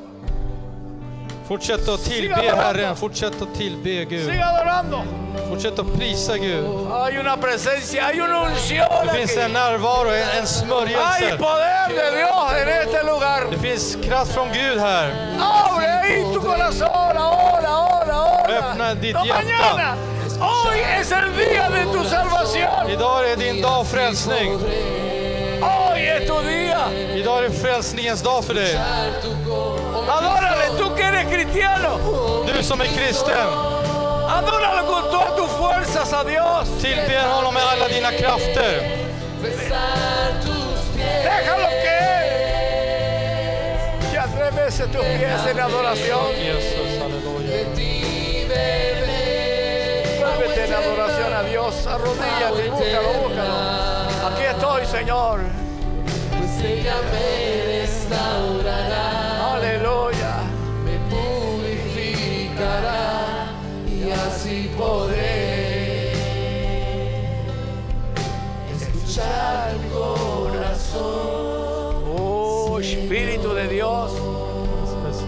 Speaker 2: Fortsätt att tillbe Herren. Fortsätt att tillbe Gud.
Speaker 1: Siga adorando.
Speaker 2: Fortsätt att prisa Gud.
Speaker 1: Hay una presencia, hay una unción.
Speaker 2: Det finns en
Speaker 1: aquí.
Speaker 2: närvaro, en, en
Speaker 1: Hay
Speaker 2: smörjelse.
Speaker 1: poder de Dios en este lugar.
Speaker 2: Det finns kraft från Gud här.
Speaker 1: Abre ahí tu corazón, ahora, ahora, ahora.
Speaker 2: Öppna ditt
Speaker 1: no,
Speaker 2: hjärta.
Speaker 1: mañana. Hoy es el día de tu salvación.
Speaker 2: Idag är din dag frälsning.
Speaker 1: Hoy es tu día.
Speaker 2: Idag är frälsningens dag för dig.
Speaker 1: Adórale, tú que eres cristiano.
Speaker 2: Du som är kristen,
Speaker 1: Adóralo con todas tus fuerzas a Dios.
Speaker 2: tillbe honom med alla dina krafter.
Speaker 3: Besar tus pies.
Speaker 1: Déjalo que él. Y atrévese tus pies en adoración.
Speaker 2: Jesus, halleluja.
Speaker 3: De ti, bebé.
Speaker 1: Vuélvete en adoración a Dios. Arrodíllate y búscalo, búscalo. Aquí estoy, Señor.
Speaker 3: Pues ella me restaurará,
Speaker 1: Aleluya.
Speaker 3: me purificará y así podré escuchar tu corazón.
Speaker 1: Oh, Espíritu de Dios.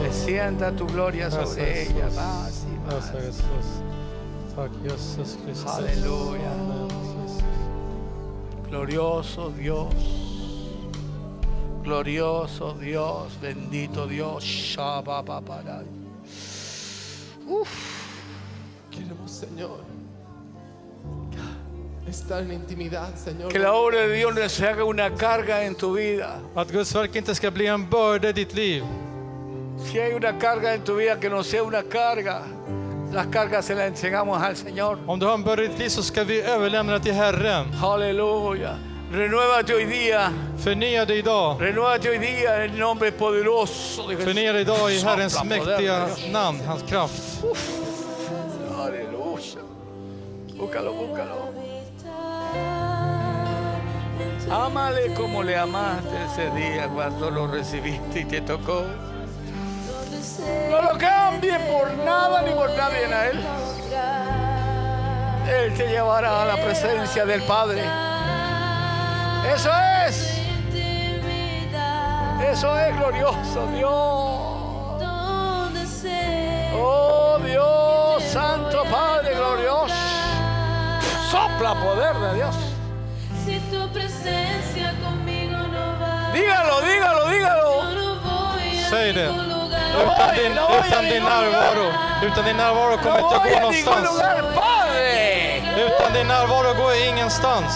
Speaker 1: Descienda tu gloria
Speaker 2: Gracias,
Speaker 1: sobre ella.
Speaker 2: Jesus.
Speaker 1: Más y más.
Speaker 2: Gracias, Jesus. Tack Jesus Kristus.
Speaker 1: Halleluja.
Speaker 2: Amen, Jesus.
Speaker 1: Glorioso Dios. Glorioso Dios. Bendito Dios. Shabababarai.
Speaker 3: Queremos, Señor, estar en intimidad, Señor.
Speaker 1: Que la obra de Dios no se haga una carga en tu vida.
Speaker 2: Att Guds verk inte ska bli en börda i ditt liv.
Speaker 1: Si hay una carga en tu vida, que no sea una carga. Las cargas se las entregamos al Señor.
Speaker 2: Om du har en börda i ditt liv så ska vi överlämna det till Herren.
Speaker 1: Aleluya. Renuévate hoy día.
Speaker 2: Förnya dig idag.
Speaker 1: Renuévate hoy día en el nombre poderoso de Jesús.
Speaker 2: Förnya dig idag i Herrens
Speaker 1: Sopla poder de
Speaker 2: mäktiga
Speaker 1: Dios.
Speaker 2: namn, hans kraft.
Speaker 1: Aleluya. Búscalo, búscalo. Ámale como le amaste ese día cuando lo recibiste y te tocó. No lo cambie por nada ni por nadie a Él. Él te llevará a la presencia del Padre. Eso es. Eso es glorioso, Dios. Oh Dios, Santo Padre glorioso. Sopla poder de Dios.
Speaker 4: Si tu presencia conmigo no va,
Speaker 1: Dígalo, dígalo, dígalo.
Speaker 4: yo no voy a
Speaker 2: Säg det.
Speaker 4: ningún lugar.
Speaker 2: Utan din, utan din närvaro, utan din närvaro kommer
Speaker 1: No
Speaker 2: jag
Speaker 1: voy
Speaker 2: inte
Speaker 1: a
Speaker 2: gå
Speaker 1: ningún
Speaker 2: någonstans.
Speaker 1: lugar, Padre.
Speaker 2: Utan din närvaro går jag ingenstans.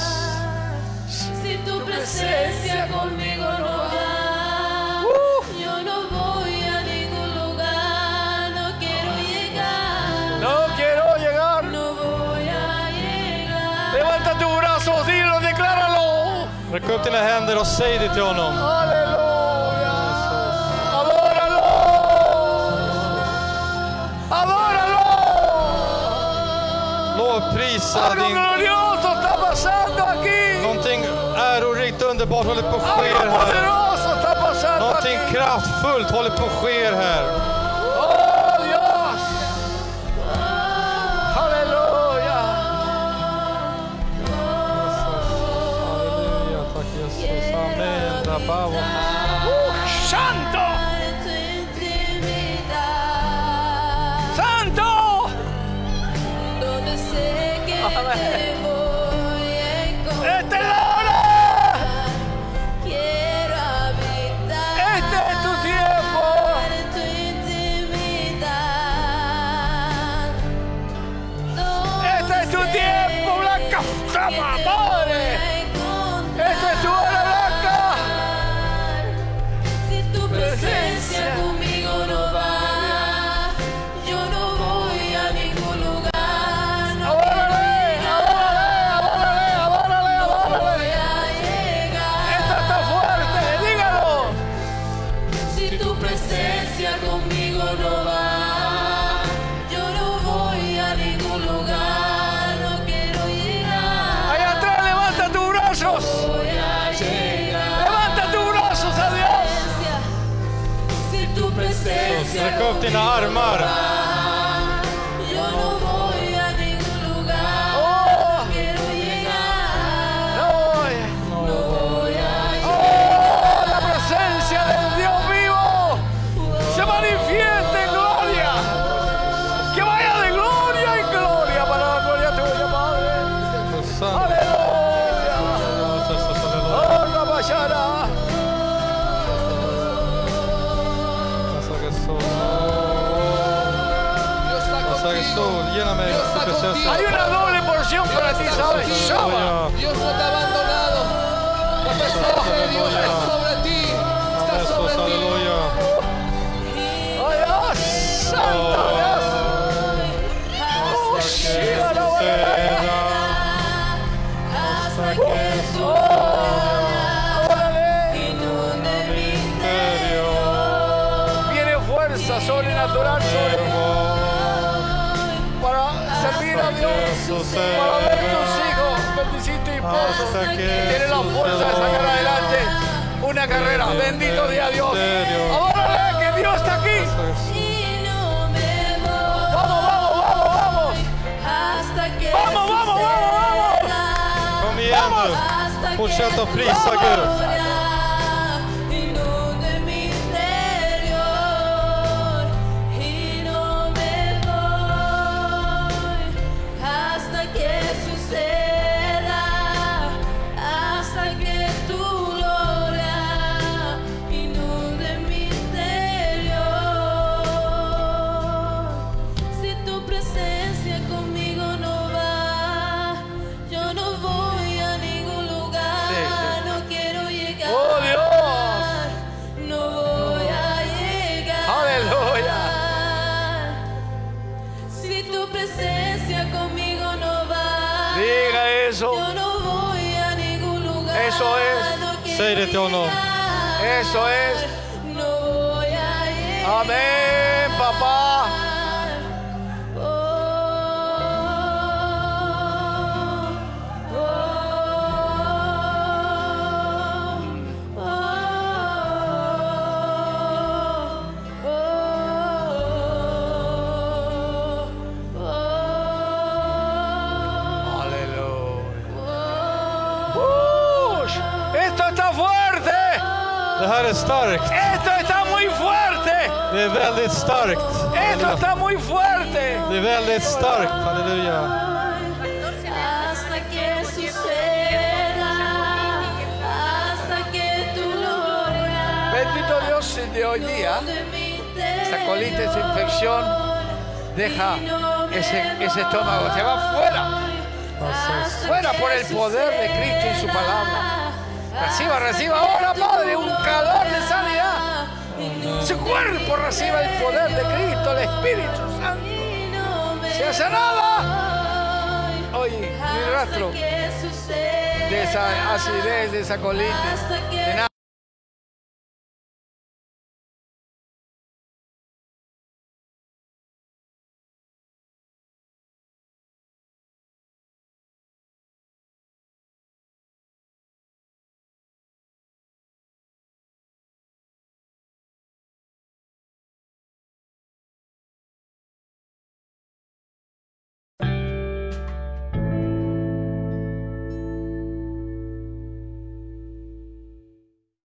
Speaker 4: Si tu presencia conmigo no va,
Speaker 1: Uf.
Speaker 4: yo no voy a ningún lugar. No quiero llegar,
Speaker 1: No quiero llegar.
Speaker 4: no voy a llegar.
Speaker 1: Levanta tus brazos, dilo, decláralo.
Speaker 2: Räck upp dina händer och säg det till honom.
Speaker 1: Aleluya. Adóralo. Adóralo.
Speaker 2: Lovprisa
Speaker 1: Algo
Speaker 2: din...
Speaker 1: glorioso está pasando aquí.
Speaker 2: Någonting ärorikt och underbart håller på att ske
Speaker 1: Algo
Speaker 2: här.
Speaker 1: poderoso está pasando
Speaker 2: Någonting
Speaker 1: aquí.
Speaker 2: kraftfullt håller på att ske här.
Speaker 1: Oh Dios. Aleluya.
Speaker 2: Halleluja, tack Jesus. Amen. Rabavo.
Speaker 1: Uh, santo.
Speaker 4: En tu intimidad,
Speaker 1: Santo.
Speaker 4: donde sé que te voy a encontrar.
Speaker 1: Esta es la hora.
Speaker 4: Quiero habitar
Speaker 1: Este es tu tiempo.
Speaker 4: en tu intimidad.
Speaker 1: Este es tu tiempo, Blanca Flama,
Speaker 4: Madre.
Speaker 1: Madre. Esta es tu hora, Blanca.
Speaker 2: Jesus. Sträck upp dina armar.
Speaker 4: lugar. Yo no voy a ningún lugar.
Speaker 1: ¡Oh!
Speaker 4: Quiero llegar.
Speaker 1: ¡No voy! ¡Oh! ¡La presencia del Dios vivo! ¡Se manifiesta en gloria! ¡Que vaya de gloria en gloria para la gloria tuya, Padre!
Speaker 2: Santo,
Speaker 1: ¡Aleluya!
Speaker 2: Jesus, halleluja.
Speaker 1: ¡Oh, Rabashara!
Speaker 2: Saga Sol.
Speaker 1: Dios está
Speaker 2: Saga Sol, llena mig
Speaker 1: Dios está
Speaker 2: med preciosa.
Speaker 1: contigo.
Speaker 3: Hay una doble porción para ti, ¿sabes?
Speaker 2: Aleluya.
Speaker 1: Dios no te ha abandonado. La presencia de Dios está sobre ti. Está
Speaker 2: Jesus,
Speaker 1: sobre ti.
Speaker 2: halleluja.
Speaker 1: ¡Ay, ah, santo Dios! ¡Oh, Shiva, la voy a ver!
Speaker 4: Hasta que tú
Speaker 1: ¡Órale!
Speaker 4: inunde mi
Speaker 1: Viene fuerza sobrenatural sobre para servir a Dios, para ver tus hijos, bendecir tu esposo. Tiene la fuerza de sacar adelante una carrera. Bendito día Dios. ¡Adórale que Dios está aquí!
Speaker 4: y no me voy
Speaker 1: ¡Vamos, vamos, vamos, vamos!
Speaker 4: hasta que
Speaker 1: ¡Vamos, vamos, vamos, vamos!
Speaker 4: suceda.
Speaker 2: Kom igen nu.
Speaker 4: Hasta
Speaker 2: Fortsätt
Speaker 4: que
Speaker 2: att prisa Gud.
Speaker 4: Ahora, inunde mi interior y no me voy hasta que suceda, hasta que tu gloria inunde mi interior. Si tu presencia conmigo no va, yo no voy a ningún lugar, no quiero llegar.
Speaker 1: ¡Oh, Dios!
Speaker 4: No voy a llegar. Si tu presencia conmigo no va,
Speaker 1: Diga eso,
Speaker 4: yo no voy a ningún lugar.
Speaker 1: Eso es.
Speaker 4: No quiero
Speaker 2: Säg det till honom.
Speaker 4: llegar.
Speaker 1: eso es.
Speaker 4: No voy a llegar.
Speaker 1: Amén, papá.
Speaker 4: Oh, oh, oh, oh, oh.
Speaker 1: Aleluya. Ush, Esto está fuerte.
Speaker 2: Det här är starkt.
Speaker 1: Esto está muy fuerte.
Speaker 2: Det är väldigt starkt.
Speaker 1: Esto está muy fuerte.
Speaker 2: Det är väldigt starkt. Halleluja.
Speaker 4: Hasta que suceda, hasta que tu gloria
Speaker 1: Bendito Dios el de hoy día.
Speaker 4: de mi
Speaker 1: Esa colitis, esa infección, deja ese, ese estómago. Se va fuera. Fuera por el poder de Cristo y su palabra. Reciba, reciba ahora, Padre, un calor de sanidad. Su cuerpo reciba el poder de Cristo, el Espíritu Santo. Se hace nada. Oye, ni rastro.
Speaker 4: de
Speaker 1: de esa acidez, de esa colitis.
Speaker 4: Hasta que